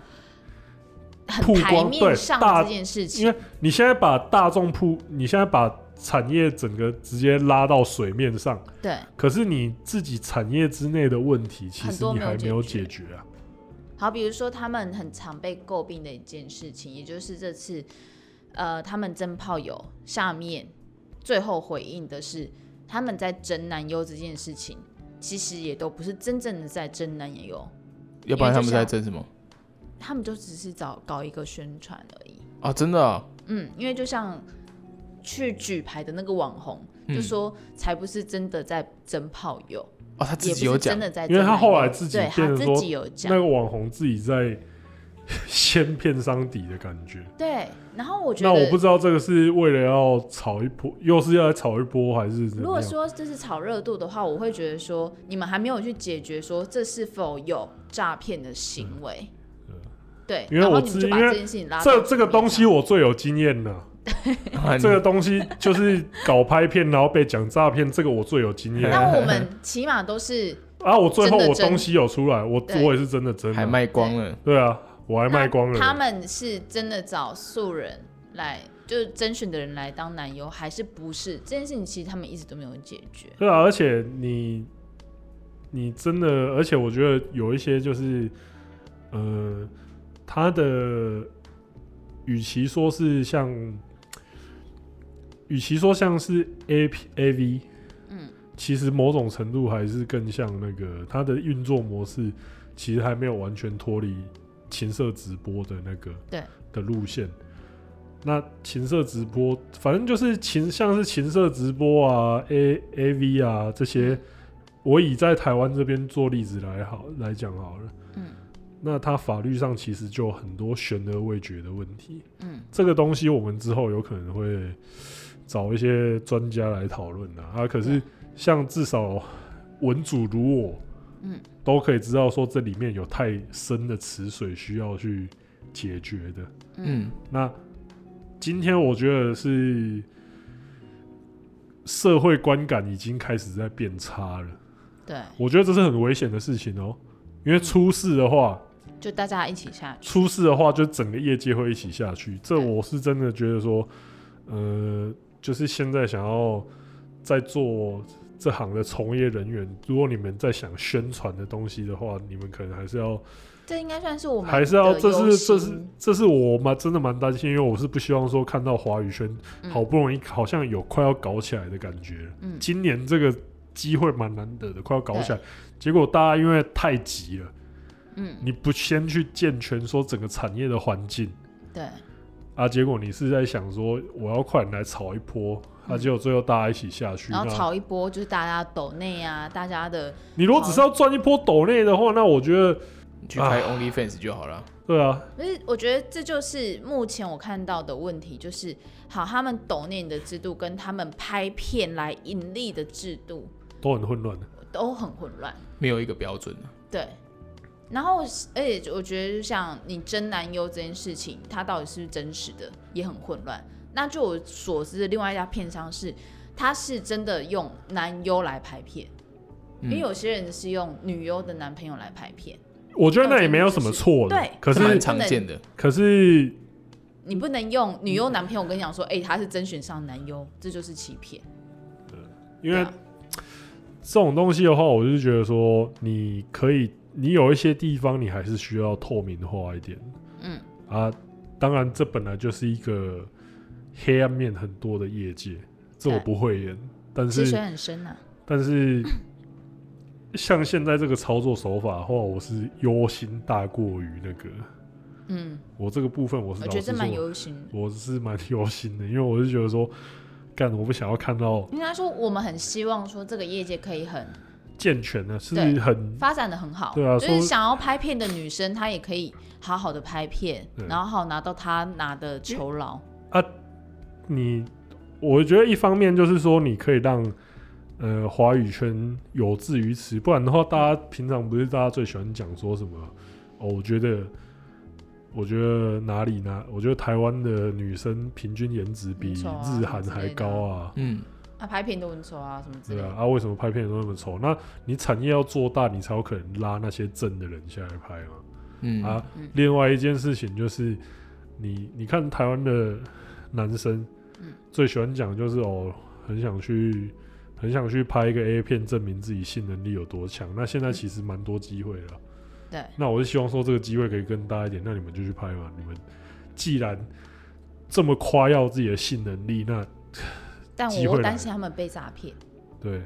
Speaker 1: 曝
Speaker 3: 很
Speaker 1: 光
Speaker 3: 台
Speaker 1: 对
Speaker 3: 面上
Speaker 1: 大
Speaker 3: 这件事
Speaker 1: 因
Speaker 3: 情
Speaker 1: 为，你现在把大众铺，你现在把产业整个直接拉到水面上，
Speaker 3: 对，
Speaker 1: 可是你自己产业之内的问题，其
Speaker 3: 很
Speaker 1: 实
Speaker 3: 多
Speaker 1: 你
Speaker 3: 没有
Speaker 1: 还
Speaker 3: 解
Speaker 1: 没有
Speaker 3: 决
Speaker 1: 解决啊。
Speaker 3: 好，比如说他们很常被诟病的一件事情，也就是这次，呃，他们真炮友下面最后回应的是，他们在争男优这件事情，其实也都不是真正的在争男优，
Speaker 2: 要不然他们在争什么
Speaker 3: 他们就只是找搞一个宣传而已。
Speaker 2: 啊？真的啊、
Speaker 3: 嗯，因为就像去举牌的那个网红，就
Speaker 2: 嗯
Speaker 3: 说才不是真的在争炮友，
Speaker 2: 哦，他自
Speaker 3: 也
Speaker 2: 己
Speaker 3: 不
Speaker 2: 有
Speaker 3: 是
Speaker 2: 讲
Speaker 3: 真，的在
Speaker 1: 因为
Speaker 3: 争
Speaker 1: 他
Speaker 3: 男
Speaker 1: 后
Speaker 3: 优
Speaker 1: 来自己
Speaker 3: 对
Speaker 1: 变
Speaker 3: 他
Speaker 1: 成
Speaker 3: 自
Speaker 1: 说
Speaker 3: 己有讲
Speaker 1: 那个网红自己在先骗商底的感觉，
Speaker 3: 对，然后我觉
Speaker 1: 那
Speaker 3: 得
Speaker 1: 我不知道这个是为了要炒一波，又是要来炒一波还是怎
Speaker 3: 如
Speaker 1: 么
Speaker 3: 果
Speaker 1: 样？
Speaker 3: 说这是炒热度的话，我会觉得说你们还没有去解决说这是否有诈骗的行为，
Speaker 1: 嗯
Speaker 3: 对，
Speaker 1: 因为
Speaker 3: 然后
Speaker 1: 我
Speaker 3: 你
Speaker 1: 知
Speaker 3: 们就把
Speaker 1: 因为
Speaker 3: 这件事情拉
Speaker 1: 这
Speaker 3: 到
Speaker 1: 这个东西
Speaker 3: 台
Speaker 1: 我最有经验了。
Speaker 2: 啊
Speaker 1: 这个东西就是搞拍片，然后被讲诈骗，这个我最有经验
Speaker 3: 面 [laughs] 上，。那
Speaker 1: [laughs]
Speaker 3: 我们起码都是
Speaker 1: 啊，我最后
Speaker 3: 真的
Speaker 1: 我
Speaker 3: 真
Speaker 1: 东西有出来，我
Speaker 3: 对
Speaker 1: 我也是真的真
Speaker 2: 你还
Speaker 1: 的。
Speaker 2: 卖光了，
Speaker 1: 对啊，我还卖光
Speaker 3: 他
Speaker 1: 了。
Speaker 3: 们是真的找素人来，就是甄选的人来当男优，还是不是这件事情？其实他们一直都没有解决。
Speaker 1: 对啊，而且你你真的，而且我觉得有一些就是，呃，他的与其说是像，与其说像是 A P A V，
Speaker 3: 嗯，
Speaker 1: 其实某种程度还是更像那个它的运作模式，其实还没有完全脱离情色直播的那个
Speaker 3: 对
Speaker 1: 的路线。那情色直播，反正就是情像是情色直播啊、A A V 啊这些，我以在台湾这边做例子来好来讲好了。
Speaker 3: 嗯
Speaker 1: 那它法律上其实就有很多悬而未决的问题，
Speaker 3: 嗯，
Speaker 1: 这个东西我们之后有可能会找一些专家来讨论的啊。可是像至少文主如我，
Speaker 3: 嗯，
Speaker 1: 都可以知道说这里面有太深的池水需要去解决的。
Speaker 2: 嗯，
Speaker 1: 那今天我觉得是社会观感已经开始在变差了，
Speaker 3: 对，
Speaker 1: 我觉得这是很危险的事情哦、因为出事的话，
Speaker 3: 就大家一起下去。
Speaker 1: 出事的话，就整个业界会一起下去。这我是真的觉得说，呃，就是现在想要在做这行的从业人员，如果你们在想宣传的东西的话，你们可能还是要
Speaker 3: 这应该算是我们
Speaker 1: 还是要，
Speaker 3: 的
Speaker 1: 这
Speaker 3: 忧
Speaker 1: 是
Speaker 3: 心
Speaker 1: 这是这是我蛮真的蛮担心，因为我是不希望说看到华语圈
Speaker 3: 嗯
Speaker 1: 好不容易好像有快要搞起来的感觉，
Speaker 3: 嗯
Speaker 1: 今年这个机会蛮难得的，快要搞起来，结果大家因为太急了，
Speaker 3: 嗯，
Speaker 1: 你不先去健全说整个产业的环境
Speaker 3: 对，
Speaker 1: 啊，结果你是在想说我要快点来炒一波，啊，
Speaker 3: 嗯
Speaker 1: 结果最后大家一起下去，
Speaker 3: 然后
Speaker 1: 那
Speaker 3: 炒一波就是大家抖内啊，大家的
Speaker 1: 你如果只是要赚一波抖内的话，那我觉得
Speaker 2: 你去开
Speaker 1: 啊
Speaker 2: OnlyFans 就好了。
Speaker 1: 对啊，
Speaker 3: 可是我觉得这就是目前我看到的问题，就是好，他们抖内的制度跟他们拍片来盈利的制度
Speaker 1: 都很混乱的。
Speaker 3: 都很混乱。
Speaker 2: 没有一个标准啊
Speaker 3: 对，然后而且我觉得就像你真男优这件事情，它到底是不是真实的也很混乱。那就我所知的另外一家片商是，他是真的用男优来拍片，
Speaker 2: 嗯
Speaker 3: 因为有些人是用女优的男朋友来拍片，
Speaker 1: 我觉得那也没有什么错的
Speaker 3: 对，
Speaker 1: 可
Speaker 2: 这蛮
Speaker 1: 是
Speaker 2: 常见的。
Speaker 1: 可是
Speaker 3: 你不能用女优男朋友跟你讲说，哎、他是甄选上男优，这就是欺骗。
Speaker 1: 因
Speaker 3: 对
Speaker 1: 为
Speaker 3: 啊
Speaker 1: 这种东西的话，我就觉得说，你可以，你有一些地方你还是需要透明化一点
Speaker 3: 嗯，
Speaker 1: 啊。当然，这本来就是一个黑暗面很多的业界，这我
Speaker 3: 对
Speaker 1: 不会演，但
Speaker 3: 其实水
Speaker 1: 是
Speaker 3: 很深啊呐、
Speaker 1: 但是像现在这个操作手法的话，我是忧心大过于那个。
Speaker 3: 嗯，
Speaker 1: 我这个部分我是
Speaker 3: 我
Speaker 1: 老
Speaker 3: 觉得
Speaker 1: 实
Speaker 3: 这蛮
Speaker 1: 说
Speaker 3: 忧心的。
Speaker 1: 我是蛮忧心的，因为我是觉得说，干我不想要看到
Speaker 3: 应该说，我们很希望说这个业界可以很
Speaker 1: 健全的，是
Speaker 3: 对
Speaker 1: 很
Speaker 3: 发展的很好，
Speaker 1: 对啊
Speaker 3: 就
Speaker 1: 说
Speaker 3: 是想要拍片的女生，她也可以好好的拍片
Speaker 1: 对，
Speaker 3: 然后好拿到她拿的酬劳。
Speaker 1: 你，我觉得一方面就是说，你可以让呃华语圈有志于此，不然的话，大家平常不是大家最喜欢讲说什么？哦，我觉得，我觉得哪里呢？我觉得台湾的女生平均颜值比
Speaker 3: 很丑啊
Speaker 1: 日韩
Speaker 3: 什么之
Speaker 1: 还
Speaker 3: 类的
Speaker 1: 高啊。
Speaker 2: 嗯，
Speaker 3: 啊，拍片都很丑啊，什么之类
Speaker 1: 对啊，
Speaker 3: 的。
Speaker 1: 啊，为什么拍片都那么丑？那你产业要做大，你才有可能拉那些正的人下来拍嘛。
Speaker 2: 嗯
Speaker 1: 啊
Speaker 3: 嗯，
Speaker 1: 另外一件事情就是，你你看台湾的男生，
Speaker 3: 嗯
Speaker 1: 最喜欢讲就是哦，很想去，很想去拍一个 A 片，证明自己性能力有多强。那现在其实蛮多机会了。
Speaker 3: 嗯对，
Speaker 1: 那我是希望说这个机会可以更大一点，那你们就去拍嘛。你们既然这么夸耀自己的性能力，那
Speaker 3: 但
Speaker 1: 机
Speaker 3: 我
Speaker 1: 会
Speaker 3: 我
Speaker 1: 来
Speaker 3: 担心他们被诈骗。
Speaker 1: 对，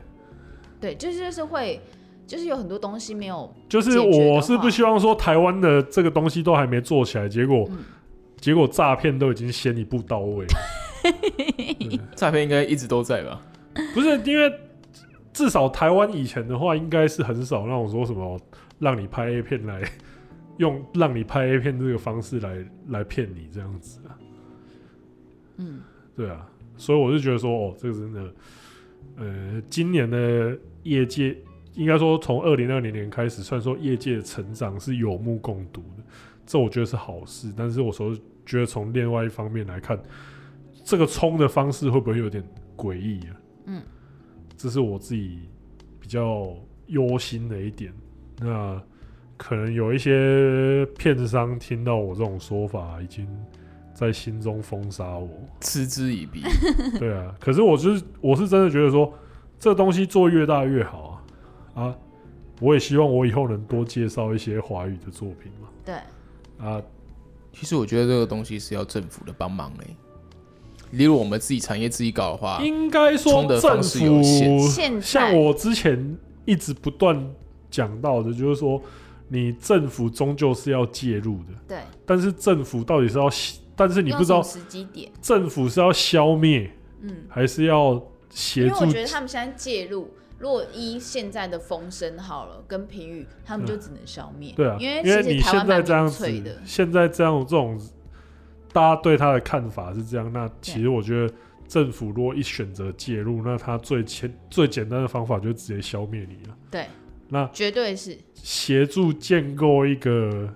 Speaker 3: 对，就是就是会，就是有很多东西没有，
Speaker 1: 就是
Speaker 3: 解决的
Speaker 1: 我是不
Speaker 3: 话
Speaker 1: 希望说台湾的这个东西都还没做起来，结果、
Speaker 3: 嗯
Speaker 1: 结果诈骗都已经先一步到位。对
Speaker 2: 诈骗应该一直都在吧？
Speaker 1: 不是因为至少台湾以前的话，应该是很少让我说什么让你拍 A 片来用让你拍 A 片这个方式来来骗你这样子啊，
Speaker 3: 嗯，
Speaker 1: 对啊，所以我就觉得说，哦，这个真的，呃，今年的业界应该说从二零二零年开始，虽然说业界的成长是有目共睹的，这我觉得是好事，但是我说觉得从另外一方面来看，这个冲的方式会不会有点诡异啊？
Speaker 3: 嗯，
Speaker 1: 这是我自己比较忧心的一点。那可能有一些片商听到我这种说法，已经在心中封杀我。
Speaker 2: 嗤之以鼻。
Speaker 3: [laughs]
Speaker 1: 对啊，可是我就是我是真的觉得说，这东西做越大越好啊啊！我也希望我以后能多介绍一些华语的作品嘛
Speaker 3: 对，
Speaker 1: 啊，
Speaker 2: 其实我觉得这个东西是要政府的帮忙嘞、例如我们自己产业自己搞的话，
Speaker 1: 应该说
Speaker 2: 冲的
Speaker 1: 政
Speaker 2: 方式有限
Speaker 1: 府
Speaker 3: 现在
Speaker 1: 像我之前一直不断讲到的，就是说你政府终究是要介入的，
Speaker 3: 对，
Speaker 1: 但是政府到底是要，但是你
Speaker 3: 用
Speaker 1: 不知
Speaker 3: 什么
Speaker 1: 道
Speaker 3: 时机点，
Speaker 1: 政府是要消灭
Speaker 3: 嗯，
Speaker 1: 还是要
Speaker 3: 因
Speaker 1: 协
Speaker 3: 为
Speaker 1: 助
Speaker 3: 我觉得他们现在介入。如果依现在的风声好了，跟评语，他们就只能消灭。
Speaker 1: 嗯对啊，
Speaker 3: 因
Speaker 1: 因
Speaker 3: 为
Speaker 1: 为
Speaker 3: 其实
Speaker 1: 你
Speaker 3: 台
Speaker 1: 现
Speaker 3: 湾
Speaker 1: 在
Speaker 3: 蛮
Speaker 1: 这样
Speaker 3: 民
Speaker 1: 子
Speaker 3: 粹的，，
Speaker 1: 现在这样这种，大家对他的看法是这样。那其实我觉得政府如果一选择介入，那他最简最简单的方法就是直接消灭你了。
Speaker 3: 对，
Speaker 1: 那
Speaker 3: 绝对是
Speaker 1: 协助建构一个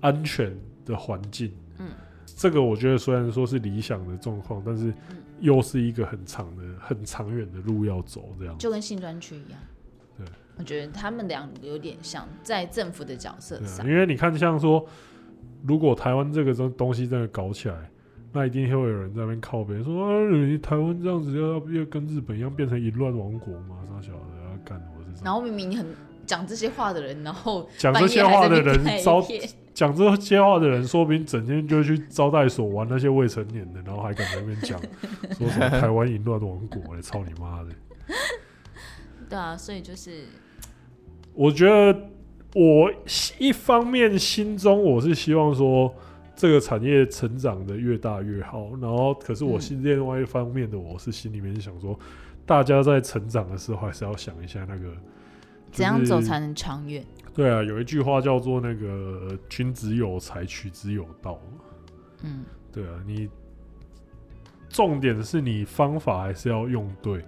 Speaker 1: 安全的环境，
Speaker 3: 嗯，
Speaker 1: 这个我觉得虽然说是理想的状况，但是
Speaker 3: 嗯
Speaker 1: 又是一个很长的、很长远的路要走。这样，
Speaker 3: 就跟性专区一样。
Speaker 1: 对，
Speaker 3: 我觉得他们俩有点像，在政府的角色
Speaker 1: 对啊
Speaker 3: 上，
Speaker 1: 因为你看，像说，如果台湾这个东东西真的搞起来，那一定会有人在那边靠边说啊，你台湾这样子要要跟日本一样变成淫乱王国吗？啥小的要干我是什么？
Speaker 3: 然后明明你很讲这些话的人，然后
Speaker 1: 讲
Speaker 3: 半
Speaker 1: 这
Speaker 3: 夜
Speaker 1: 些
Speaker 3: 还
Speaker 1: 话
Speaker 3: 在
Speaker 1: 的
Speaker 3: 那边
Speaker 1: 人
Speaker 3: 拍
Speaker 1: 招
Speaker 3: 片
Speaker 1: 讲这些话的人，说不定整天就去招待所玩那些未成年的，然后还敢在那边讲说什么台湾淫乱王国嘞，操你妈的！
Speaker 3: 对啊，所以就是
Speaker 1: 我觉得我一方面心中我是希望说这个产业成长的越大越好，然后可是我心另外一方面的我是心里面想说，大家在成长的时候还是要想一下那个。
Speaker 3: 怎样走才能长远？
Speaker 1: 对啊，有一句话叫做那个“君子有才，取之有道”嘛。
Speaker 3: 嗯，
Speaker 1: 对啊，你重点是你方法还是要用对，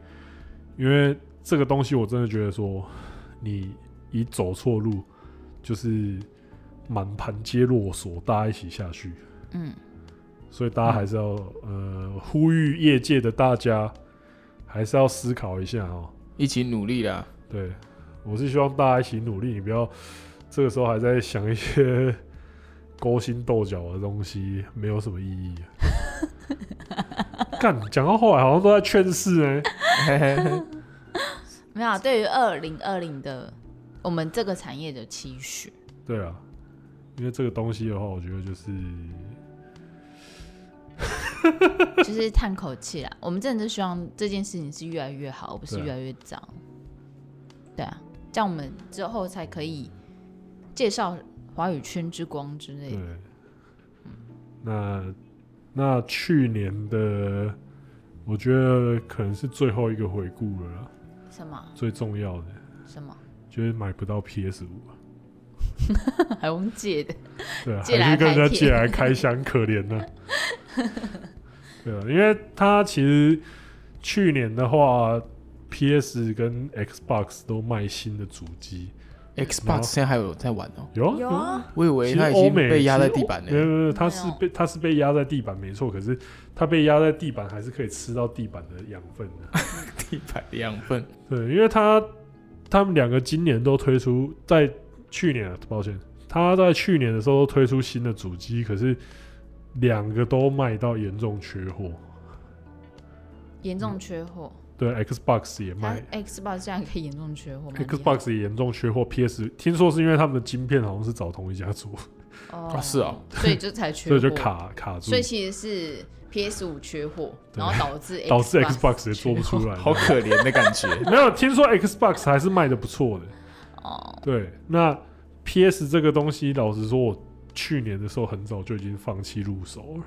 Speaker 1: 因为这个东西我真的觉得说，你一走错路，就是满盘皆落索，大家一起下去。
Speaker 3: 嗯，
Speaker 1: 所以大家还是要、呃呼吁业界的大家，还是要思考一下哦、
Speaker 2: 一起努力啦。
Speaker 1: 对，我是希望大家一起努力，你不要这个时候还在想一些 [laughs] 勾心斗角的东西，没有什么意义。 [laughs] 干，讲到后来好像都在劝世哎、
Speaker 3: 没有啊、对于二零二零的我们这个产业的期许，
Speaker 1: 对啊，因为这个东西的话，我觉得就是
Speaker 3: 就是叹口气啦。我们真的是希望这件事情是越来越好，而不是
Speaker 1: 对啊
Speaker 3: 越来越糟。对啊，这样我们之后才可以介绍华语圈之光之类
Speaker 1: 对
Speaker 3: 的。。
Speaker 1: 那那去年的，我觉得可能是最后一个回顾了啦，
Speaker 3: 什么
Speaker 1: 最重要的
Speaker 3: 什么， [laughs]
Speaker 1: 就是买不到 PS 五。
Speaker 3: 还用借的？
Speaker 1: 对啊，
Speaker 3: 借
Speaker 1: 还
Speaker 3: 来
Speaker 1: 是跟人家
Speaker 3: 开
Speaker 1: 借
Speaker 3: 贴
Speaker 1: 来开箱，可怜呢、 [laughs] 对啊，因为他其实去年的话，PS 跟 Xbox 都卖新的主机，
Speaker 2: Xbox 现在还有在玩哦，
Speaker 1: 有啊
Speaker 3: 有啊，
Speaker 2: 我以
Speaker 1: 其
Speaker 2: 为
Speaker 1: 实
Speaker 2: 它已
Speaker 1: 欧
Speaker 2: 经
Speaker 1: 美
Speaker 2: 被压
Speaker 1: 其
Speaker 2: 在
Speaker 1: 实
Speaker 2: 地板
Speaker 1: 没有
Speaker 2: 了。
Speaker 1: 没有没有，它是
Speaker 3: 没有
Speaker 1: 被它是被压在地板没错，可是它被压在地板还是可以吃到地板的养分的、
Speaker 2: [laughs] 地板的养分，
Speaker 1: 对，因为他他们两个今年都推出，在去年啊，抱歉，他在去年的时候都推出新的主机，可是两个都卖到严重缺货。
Speaker 3: 严重缺货。
Speaker 1: 对，Xbox 也
Speaker 3: 它
Speaker 1: 卖哎
Speaker 3: Xbox 现在可以严重缺货吗
Speaker 1: ，Xbox 也严重缺货。PS 听说是因为他们的晶片好像是找同一家做，
Speaker 3: 哦
Speaker 2: 啊是哦，
Speaker 3: [laughs] 所以就才缺
Speaker 1: 所
Speaker 3: 货，
Speaker 1: 以就卡卡住
Speaker 3: 所，以其实是 PS 五缺货，
Speaker 1: 对
Speaker 3: 然后导
Speaker 1: [laughs]
Speaker 3: 致
Speaker 1: 导致
Speaker 3: Xbox
Speaker 1: Xbox 也做不出来。
Speaker 2: 好可怜的感觉。
Speaker 1: [laughs] 没有，听说 Xbox 还是卖的不错的。
Speaker 3: 哦，
Speaker 1: 对，那 PS 这个东西，老实说，我去年的时候很早就已经放弃入手了。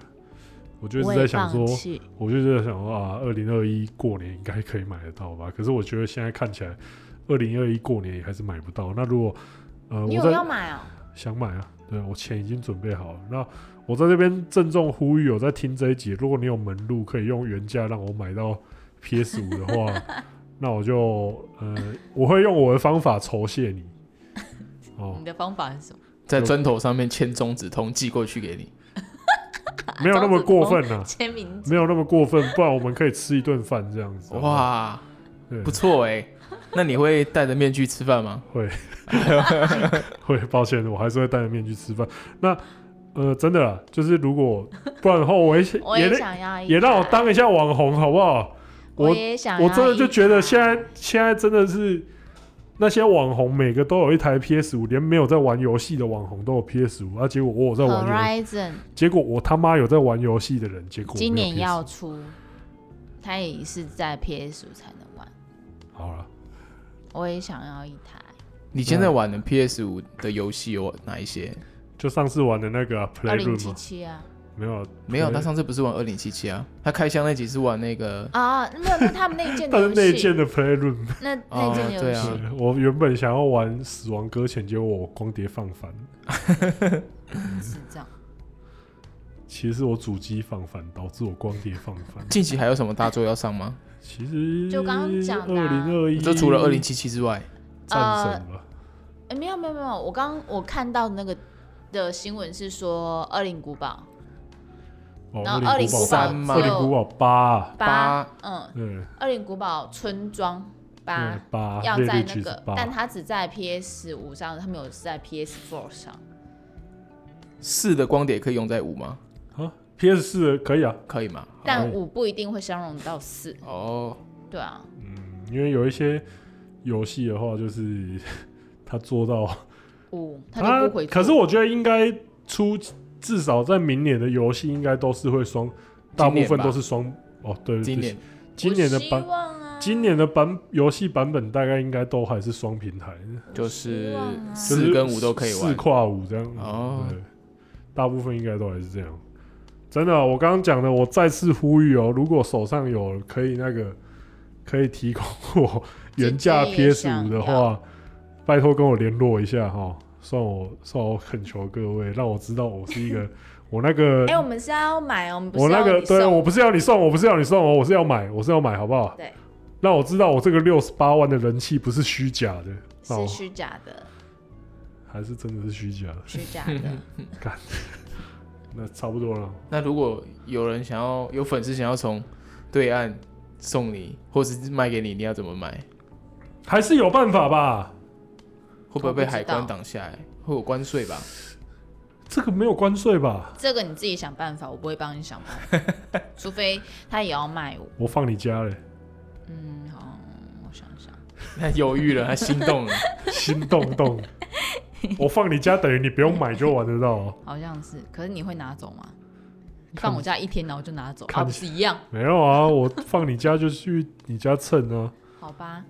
Speaker 1: 我就是
Speaker 3: 我
Speaker 1: 在
Speaker 3: 也
Speaker 1: 想说
Speaker 3: 放，弃，
Speaker 1: 我就是在想说啊，二零二一过年应该可以买得到吧？可是我觉得现在看起来，二零二一过年也还是买不到。那如果呃，
Speaker 3: 你
Speaker 1: 我
Speaker 3: 有
Speaker 1: 在
Speaker 3: 要买哦？
Speaker 1: 想买啊，对我钱已经准备好了。那我在这边郑重呼吁，有在听这一集，如果你有门路可以用原价让我买到 PS 五的话，那我就呃，我会用我的方法酬谢你。哦
Speaker 3: [laughs] 你，的方法是什么？
Speaker 2: 在砖头上面签中指通寄过去给你。
Speaker 1: 没有那么过分啊，
Speaker 3: 签名
Speaker 1: 没有那么过分，不然我们可以吃一顿饭这样子。好不好，
Speaker 2: 哇，
Speaker 1: 对
Speaker 2: 不错哎。
Speaker 1: [laughs]
Speaker 2: 那你会戴着面具吃饭吗？
Speaker 1: 会会，抱歉，我还是会戴着面具吃饭。那呃，真的啦，就是如果不然的话，我也
Speaker 3: [laughs] 我
Speaker 1: 也
Speaker 3: 也
Speaker 1: 得
Speaker 3: 想要一台，
Speaker 1: 也让我当一下网红好不好？
Speaker 3: 我
Speaker 1: 我
Speaker 3: 也想要
Speaker 1: 我
Speaker 3: 啊一台，
Speaker 1: 真的就觉得现在现在真的是那些网红每个都有一台 PS 五，连没有在玩游戏的网红都有 PS 五，啊，结果我有在玩游，
Speaker 3: Horizon
Speaker 1: 结果我他妈有在玩游戏的人，结果我没有
Speaker 3: 今年
Speaker 1: PS5
Speaker 3: 要出，它也是在 PS 五才能玩，
Speaker 1: 好了，
Speaker 3: 我也想要一台。
Speaker 2: 你现在
Speaker 1: 嗯
Speaker 2: 玩的 PS 五的游戏有哪一些？
Speaker 1: 就上次玩的那个、啊、
Speaker 3: 二零七
Speaker 1: Playroom 嘛
Speaker 3: 七啊
Speaker 1: 没有
Speaker 2: 没有，
Speaker 1: 对
Speaker 2: 他上次不是玩二零七七啊？他开箱那集是玩那个
Speaker 3: 啊，没有，那他
Speaker 1: [laughs]
Speaker 3: 们那一件
Speaker 1: 但是
Speaker 3: 游
Speaker 1: 内建
Speaker 3: 戏，嗯
Speaker 1: 的 Playroom，
Speaker 3: 那
Speaker 2: [laughs] 哦
Speaker 3: 那件游
Speaker 2: 对啊
Speaker 3: 戏，
Speaker 1: 对我原本想要玩《死亡搁浅》，结果我光碟放反，
Speaker 3: 是这样。
Speaker 1: 其实是我主机放反，导致我光碟放反。
Speaker 2: 近期还有什么大作要上吗？
Speaker 1: 其实
Speaker 3: 就刚刚讲的
Speaker 1: 二
Speaker 3: 啊
Speaker 1: 零二一，
Speaker 2: 就除了二零七七之外，
Speaker 1: 战神吧，
Speaker 3: 哎、没有没有没有，我刚我看到那个的新闻是说《恶灵古堡
Speaker 1: 哦，
Speaker 3: 然后
Speaker 1: 恶灵
Speaker 3: 恶灵古
Speaker 1: 古堡
Speaker 3: 堡
Speaker 2: 三嘛
Speaker 1: 恶灵古堡八啊，》
Speaker 3: 八
Speaker 2: 八，
Speaker 3: 嗯，
Speaker 1: 对，
Speaker 3: 《恶灵古堡》村庄
Speaker 1: 对
Speaker 3: 八
Speaker 1: 八，
Speaker 3: 要
Speaker 1: 瑞
Speaker 3: 在
Speaker 1: 丽
Speaker 3: 那
Speaker 1: 橘子
Speaker 3: 个，
Speaker 1: 八
Speaker 3: 但它只在 PS 五上，它没有在 PS Four 上。
Speaker 2: 四的光碟可以用在五吗？
Speaker 1: 啊， PS 四可以啊，
Speaker 2: 可以吗？好
Speaker 3: 但五不一定会相容到四，
Speaker 2: 哦，
Speaker 3: 对啊，
Speaker 1: 嗯，因为有一些游戏的话，就是 [laughs] 他做到
Speaker 3: 五他就不回做。
Speaker 1: 可是我觉得应该出至少在明年的游戏应该都是会双，大部分都是双哦，对对对，
Speaker 2: 今年
Speaker 1: 今年的
Speaker 3: 我希
Speaker 1: 版
Speaker 3: 望啊，
Speaker 1: 今年的版游戏版本大概应该都还是双平台的，
Speaker 2: 就是
Speaker 3: 希望啊
Speaker 1: 就
Speaker 2: 四
Speaker 1: 是
Speaker 2: 跟五都可以
Speaker 1: 四
Speaker 2: 玩。
Speaker 1: 跨五这样
Speaker 2: 哦
Speaker 1: 对，大部分应该都还是这样。真的啊、我刚刚讲的，我再次呼吁哦，如果手上有可以那个可以提供我原价
Speaker 3: 姐姐也
Speaker 1: PS
Speaker 3: 想
Speaker 1: 五
Speaker 3: 要
Speaker 1: 的话，拜托跟我联络一下哈、算我算我恳求各位，让我知道我是一
Speaker 3: [laughs]
Speaker 1: 个我那个、
Speaker 3: 哎，我们是要买哦，我们不
Speaker 1: 我
Speaker 3: 是
Speaker 1: 那
Speaker 3: 要
Speaker 1: 个
Speaker 3: 你
Speaker 1: 对，啊
Speaker 3: 送
Speaker 1: 我不是要你送，我不是要你送哦，我是要买，我是要买，好不好？
Speaker 3: 对，
Speaker 1: 让我知道我这个六十八万的人气不是虚假的，哦
Speaker 3: 是虚假
Speaker 1: [laughs]
Speaker 3: 的，
Speaker 1: 还是真的是虚假的。
Speaker 3: 虚假的，
Speaker 1: 那差不多了。
Speaker 2: 那如果有人想要，有粉丝想要从对岸送你，或是卖给你，你要怎么买？
Speaker 1: 还是有办法吧？
Speaker 2: 会不会被
Speaker 3: 我不知道
Speaker 2: 海关挡下来？会有关税吧？ [laughs]
Speaker 1: 这个没有关税吧？
Speaker 3: 这个你自己想办法，我不会帮你想办
Speaker 1: [laughs]
Speaker 3: 法，除非他也要卖我。
Speaker 1: 我放你家
Speaker 3: [laughs]
Speaker 1: 嘞，
Speaker 3: 嗯，好，我想想，
Speaker 2: 他犹豫了，他心动了。 [laughs]
Speaker 1: 心动动。我放你家等于你不用买就玩得到、哦，
Speaker 3: 好像是，可是你会拿走吗？你
Speaker 1: 看
Speaker 3: 放我家一天，然后就拿走，
Speaker 1: 看
Speaker 3: 啊，不是一样？
Speaker 1: 没有啊？我放你家就去你家蹭啊，
Speaker 3: 好吧，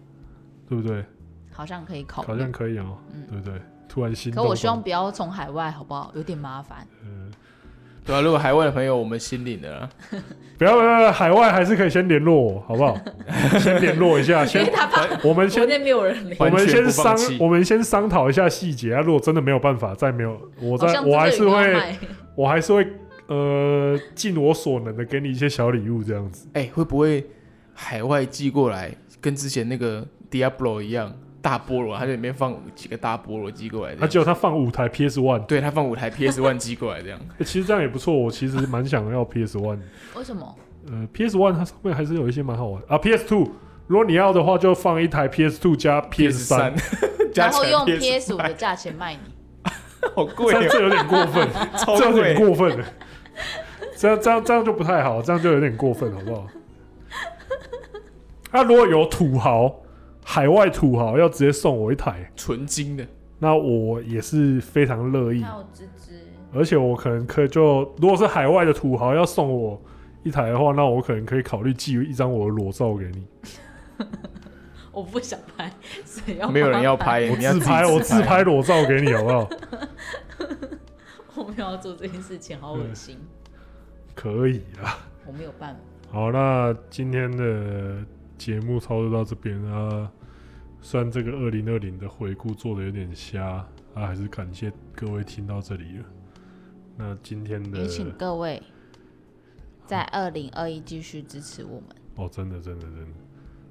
Speaker 1: 对不对？
Speaker 3: 好像可以考
Speaker 1: 好
Speaker 3: 虑
Speaker 1: 像。可以哦，
Speaker 3: 嗯
Speaker 1: 对不对？突然心
Speaker 3: 可
Speaker 1: 动动。
Speaker 3: 我希望不要从海外，好不好？有点麻烦。
Speaker 1: 呃，
Speaker 2: 对啊，如果海外的朋友，我们心领了啦。
Speaker 1: 不要不要，不要海外还是可以先联络我，好不
Speaker 3: [laughs]
Speaker 1: 好？先联络一下，啊
Speaker 3: 因为 [laughs]
Speaker 1: 先
Speaker 3: 他怕
Speaker 1: 我们
Speaker 3: 国
Speaker 1: 先
Speaker 3: 内没有人领，
Speaker 1: 我们
Speaker 2: 完全
Speaker 1: 先
Speaker 2: 不
Speaker 1: 商
Speaker 2: 放弃
Speaker 1: 我们先商讨一下细节啊。如果真的没有办法，再没有我
Speaker 3: 好
Speaker 1: 再
Speaker 3: 像
Speaker 1: 我还是
Speaker 3: 真的有人要
Speaker 1: 会
Speaker 3: 卖 [laughs]
Speaker 1: 我还是会呃尽我所能的给你一些小礼物这样子。
Speaker 2: 哎、会不会海外寄过来，跟之前那个 Diablo 一样，大菠萝，它在里面放几个大菠萝寄过来
Speaker 1: 啊，
Speaker 2: 的？
Speaker 1: 结果他放五台 PS One，、
Speaker 2: 对，它放五台 PS One 寄过来
Speaker 1: [laughs]
Speaker 2: 这样。
Speaker 1: 欸其实这样也不错。我其实蛮想要 PS One，
Speaker 3: 为
Speaker 1: [laughs]
Speaker 3: 什么？
Speaker 1: 呃，PS One 它上面还是有一些蛮好玩啊。PS Two，如果你要的话，就放一台 PS Two 加 PS 三，
Speaker 2: [laughs] 加
Speaker 3: 然
Speaker 2: 起
Speaker 3: 后
Speaker 2: 来
Speaker 3: 用
Speaker 2: PS
Speaker 3: PS 五
Speaker 1: [laughs]
Speaker 3: 的价钱卖你，
Speaker 2: 好贵
Speaker 1: 这
Speaker 2: 哦、
Speaker 1: 这有点过分，
Speaker 2: 超
Speaker 1: 这有点
Speaker 2: 贵。
Speaker 1: 过分了。这样这样这样就不太好，这样就有点过分，好不好？那、如果有土豪，海外土豪要直接送我一台，
Speaker 2: 纯金
Speaker 3: [laughs]
Speaker 2: 的，
Speaker 1: 那我也是非常乐意。
Speaker 3: 还有芝芝， [laughs]
Speaker 1: 而且我可能可以就，如果是海外的土豪要送我一台的话，那我可能可以考虑寄一张我的裸照给你，
Speaker 3: 我不想拍，谁要？
Speaker 2: 没有人要，拍，
Speaker 1: 我
Speaker 2: 你要
Speaker 1: 自拍，我自拍，裸照给你，好不好？
Speaker 3: [laughs] 我没有要做这件事情，好恶心，
Speaker 1: 可以啊。
Speaker 3: 我没有办法。
Speaker 1: 好，那今天的节目操作到这边啊。虽然这个二零二零的回顾做的有点瞎，啊，还是感谢各位听到这里了。那今天的
Speaker 3: 也请各位在二零二一继续支持我们。
Speaker 1: 哦，真的真的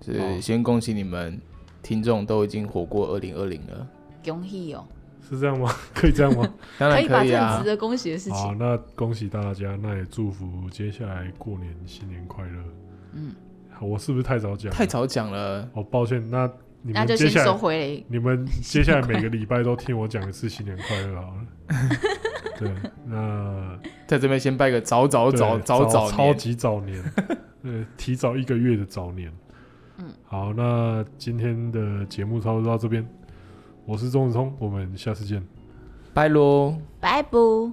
Speaker 1: 真的，
Speaker 2: 是先恭喜你们，听众都已经活过二零二零了，
Speaker 3: 恭喜哦，
Speaker 1: 是这样吗？ [laughs] 可以这样吗？
Speaker 2: 当然
Speaker 3: 以把这很
Speaker 2: 啊
Speaker 3: 值。得恭喜的事
Speaker 1: 好，
Speaker 3: 情，
Speaker 1: 那恭喜大家，那也祝福接下来过年新年快乐。
Speaker 3: 嗯
Speaker 1: 好，我是不是太早讲？
Speaker 2: 太。早讲了，
Speaker 1: 哦，抱歉，那你
Speaker 3: 那
Speaker 1: 们
Speaker 3: 就
Speaker 1: 接
Speaker 3: 先
Speaker 1: 下
Speaker 3: 收
Speaker 1: 来，
Speaker 3: 回
Speaker 1: 你们接下来
Speaker 3: [laughs]
Speaker 1: 每个礼拜都听我讲一次新年快乐好了。对，那
Speaker 2: 在这边先拜个早早
Speaker 1: 对
Speaker 2: 早早
Speaker 1: 早超
Speaker 2: 年，
Speaker 1: 级早年，
Speaker 2: [laughs]
Speaker 1: 对，提早一个月的早年。
Speaker 3: 嗯，
Speaker 1: 好，那今天的节目差不多到这边，我是钟子通，我们下次见。
Speaker 2: 拜喽。
Speaker 3: 拜不。